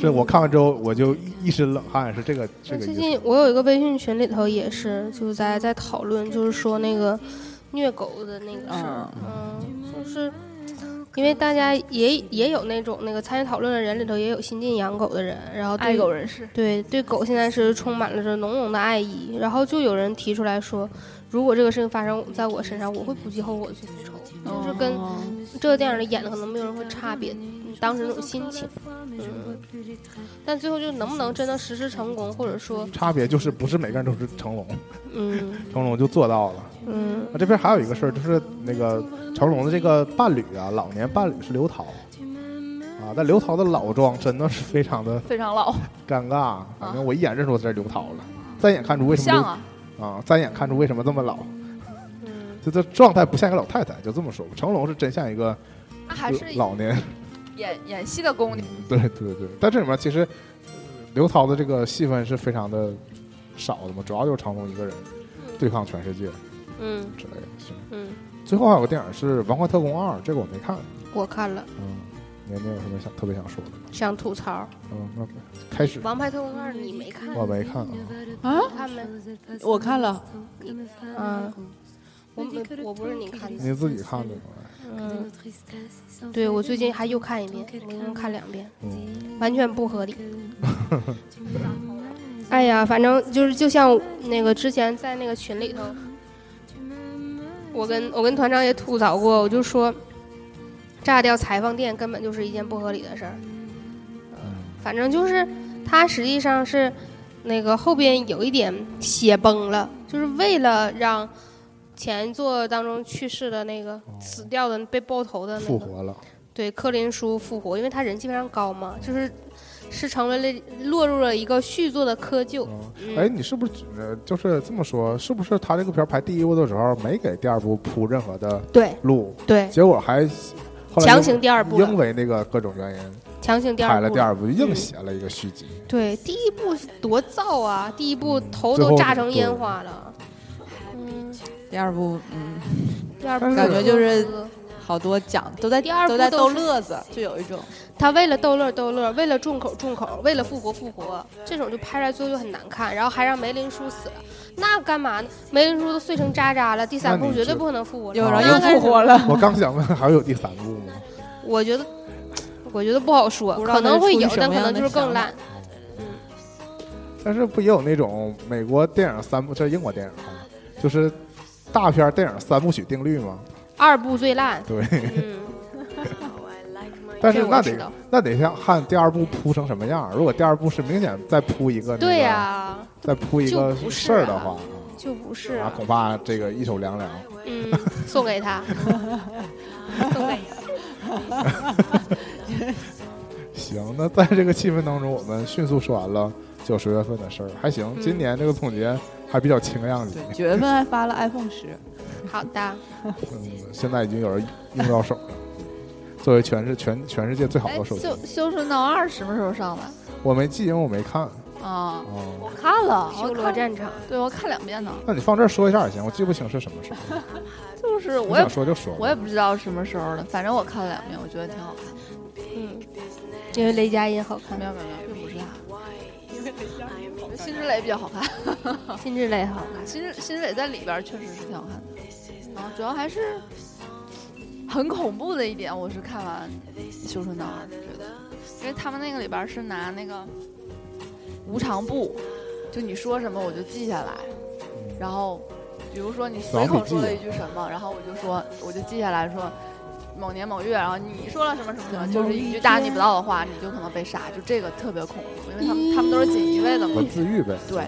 A: 是我看完之后，我就一身冷汗，是这个这个
B: 最
A: 意
B: 近
A: 思。
B: 我有一个微信群里头也是，就是在在讨论，就是说那个虐狗的那个事
A: 啊
B: 儿，嗯，就是因为大家也也有那种那个参与讨论的人里头也有新晋养狗的人，然后对
C: 爱狗人士，
B: 对对狗现在是充满了着浓浓的爱意，然后就有人提出来说，如果这个事情发生在我身上，我会不计后果去复仇，
C: 哦
B: 就是跟这个电影里演的可能没有任何差别，嗯当时那种心情，嗯，但最后就能不能真的实施成功，或者说，
A: 差别就是不是每个人都是成龙，
B: 嗯
A: 成龙就做到了。
B: 嗯
A: 啊，这边还有一个事儿，就是那个成龙的这个伴侣啊，老年伴侣是刘涛啊，但刘涛的老妆真的是非常的
C: 非常老，
A: 尴尬，反正我一眼认出这是刘涛了，再眼看出为什
C: 像
A: 么
C: 啊，
A: 刘啊，再眼看出为什么这么老，
B: 嗯，
A: 就这状态不像一个老太太，就这么说吧。成龙是真像一个
C: 那还是
A: 老年，
C: 演演戏的功
A: 嗯
C: 底。
A: 对对对，但这里面其实呃刘涛的这个戏份是非常的少的嘛，主要就是成龙一个人
C: 嗯
A: 对抗全世界
B: 嗯
A: 之类的。行
B: 嗯，
A: 最后还有个电影是《王冠特工二》，这个我没看。
B: 我看了，
A: 嗯，你你有什么想特别想说的吗？
B: 想吐槽
A: 嗯，那开始
B: 《王牌特工二》，你没看？
A: 我没看啊，
B: 嗯你看没？
E: 我看了，
B: 嗯，我没，我不是你看的，
A: 你自己看的吗？
B: 嗯，对我最 近还又看一遍，我一共看两遍。
A: 嗯，
B: 完全不合理。 哎呀，反正就是就像那个之前在那个群里头，我跟我跟团长也吐槽过，我就说炸掉裁缝店根本就是一件不合理的事儿。嗯反正就是它实际上是那个后边有一点写崩了，就是为了让前作当中去世的那个死掉的被爆头的那
A: 复
B: 个
A: 活了，
B: 对柯林叔复活，因为他人气非常高嘛，就是是成为了落入了一个续作的窠臼。
A: 嗯，
B: 嗯、
A: 哎，你是不是觉得就是这么说？是不是他这个片儿排第一部的时候没给第二部铺任何的
B: 对
A: 路，
B: 对，
A: 结果还后来
B: 强
A: 因
B: 行第二部了
A: 因为那个各种原因
B: 强行第
A: 拍
B: 二
A: 了
B: 部
A: 第
B: 了。
A: 二部，硬写了一个续集。
B: 对，第一部多燥啊！第一部
A: 嗯
B: 头
A: 最
B: 都
A: 后
B: 炸成
A: 对
B: 烟花了。嗯，
E: 第二部，嗯，
B: 第二部
A: 但是感
E: 觉
B: 呵
E: 就是
B: 呵
E: 好多讲都在
B: 第二部
E: 都在
B: 都
E: 逗
B: 是
E: 乐子，就有一种
B: 他为了逗乐逗乐，为了重口重口，为了复活复活，这种就拍出来最后就很难看，然后还让梅林叔死了，那干嘛呢？梅林叔都碎成渣渣了，第三部
A: 那你
B: 绝对
A: 就
B: 不可能复活了。
E: 有
A: 然
E: 人
A: 后
E: 又
B: 那该
E: 复
B: 是
E: 活了。
A: 我刚 想问，还有第三部吗？
B: 我觉得，我觉得不好说，
E: 不知道
B: 可能会有
E: 他，是出于
B: 但
E: 什么
B: 可
E: 样
B: 能就是
E: 的想
B: 更烂。
A: 但是不也有那种美国电影三部，这是英国电影啊，就是大片儿电影三部曲定律吗？
B: 二部最烂，
A: 对，
B: 嗯，
A: 但是
B: 这
A: 那
B: 我知
A: 得
B: 道。
A: 那得像看第二部铺成什么样儿。如果第二部是明显再铺一个、那个，
B: 对呀、
A: 再铺一个
B: 就不是
A: 事儿的
B: 啊
A: 话，
B: 就不是啊，
A: 啊，恐怕这个一手凉凉。
B: 嗯，送给他，送给你，
A: 行，那在这个气氛当中，我们迅速说完了九十月份的事儿，还行。
B: 嗯
A: 今年这个总结还比较轻的样子，
E: 九月份还发了 iPhone 十，
B: 好的，
A: 嗯，现在已经有人用到手了。作为全世全全世界最好
C: 哎，
A: 的手机，
C: 修修神道二什么时候上的？
A: 我没记，因为我没看。
C: 啊，
A: 哦，
C: 我看了，我
B: 修罗
C: 看，
B: 战场，
C: 对我看两遍呢。
A: 那你放这儿说一下也行，我记不清是什 么时候，
C: 就是
A: 你
C: 我也
A: 想说就说吧。
C: 我也不知道什么时候的，反正我看了两遍，我觉得挺好看。
B: 嗯，因为雷佳音好看
C: 没，有没有没有，并不是他，因为辛芷蕾比较好看。
B: 辛芷蕾好看，
C: 辛芷辛芷蕾在里边确实是挺好看的，然后主要还是很恐怖的一点，我是看完《绣春刀二》觉得，因为他们那个里边是拿那个无常簿，就你说什么我就记下来，
A: 嗯
C: 然后比如说你随口说了一句什么，然后我就说我就记下来说。某年某月，然后你说了什么什么什么，就是一句大逆不道的话，你就可能被杀，就这个特别恐怖，因为他们他们都是锦衣卫的嘛
A: 文，字狱呗。
C: 对，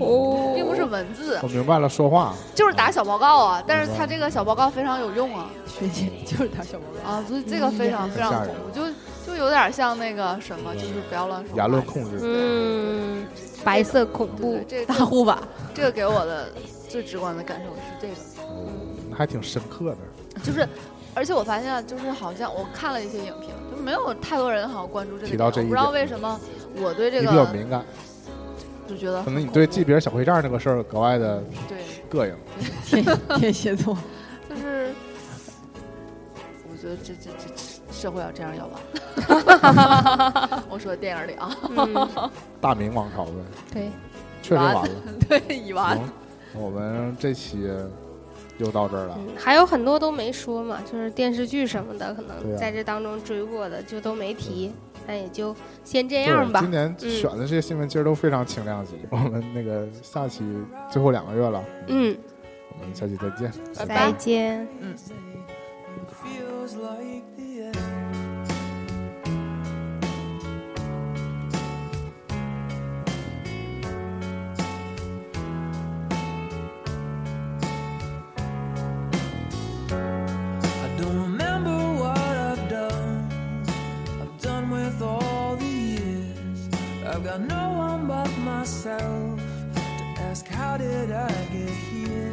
B: 哦
C: 并不是文字，
A: 我明白了，说话。
C: 就是打小报告啊，但是他这个小报告非常有用啊
E: 学姐就是打小报告。
C: 啊，所以这个非常非常恐怖，就就有点像那个什么，就是不要乱说话
A: 言论控制。
B: 嗯，白色恐怖
C: 对，这
E: 大
C: 个
E: 护法，
C: 这个给我的最直观的感受是这个，
A: 嗯还挺深刻的。
C: 就是而且我发现啊就是好像我看了一些影评，就没有太多人好像关注这个，
A: 提到这一点
C: 我不知道为什么我对这
A: 你比较
C: 个
A: 敏感，
C: 就觉得
A: 可能你对记别人小灰账这个事儿格外的
C: 对，
A: 膈应。
E: 天 天蝎座，
C: 就是我觉得这这这这社会要这样要完。 我说电影里啊，
B: 嗯，
A: 大明王朝呗，
B: 对，
A: 确实完了。
C: 对，已完。
A: 行，我们这期就到这儿了。
B: 嗯还有很多都没说嘛，就是电视剧什么的，可
A: 对
B: 能
A: 啊
B: 在这当中追过的就都没提，那也就先这样
A: 对，
B: 吧
A: 今。年
B: 嗯
A: 选的这些新闻其实都非常轻量级。我们那个下期最后两个月了，
B: 嗯，
A: 我们下期再见。
C: 拜拜
B: 再见。
F: feels like the end. I don't remember what I've done. I've done with all the years. I've got no one but myself to ask, How did I get here?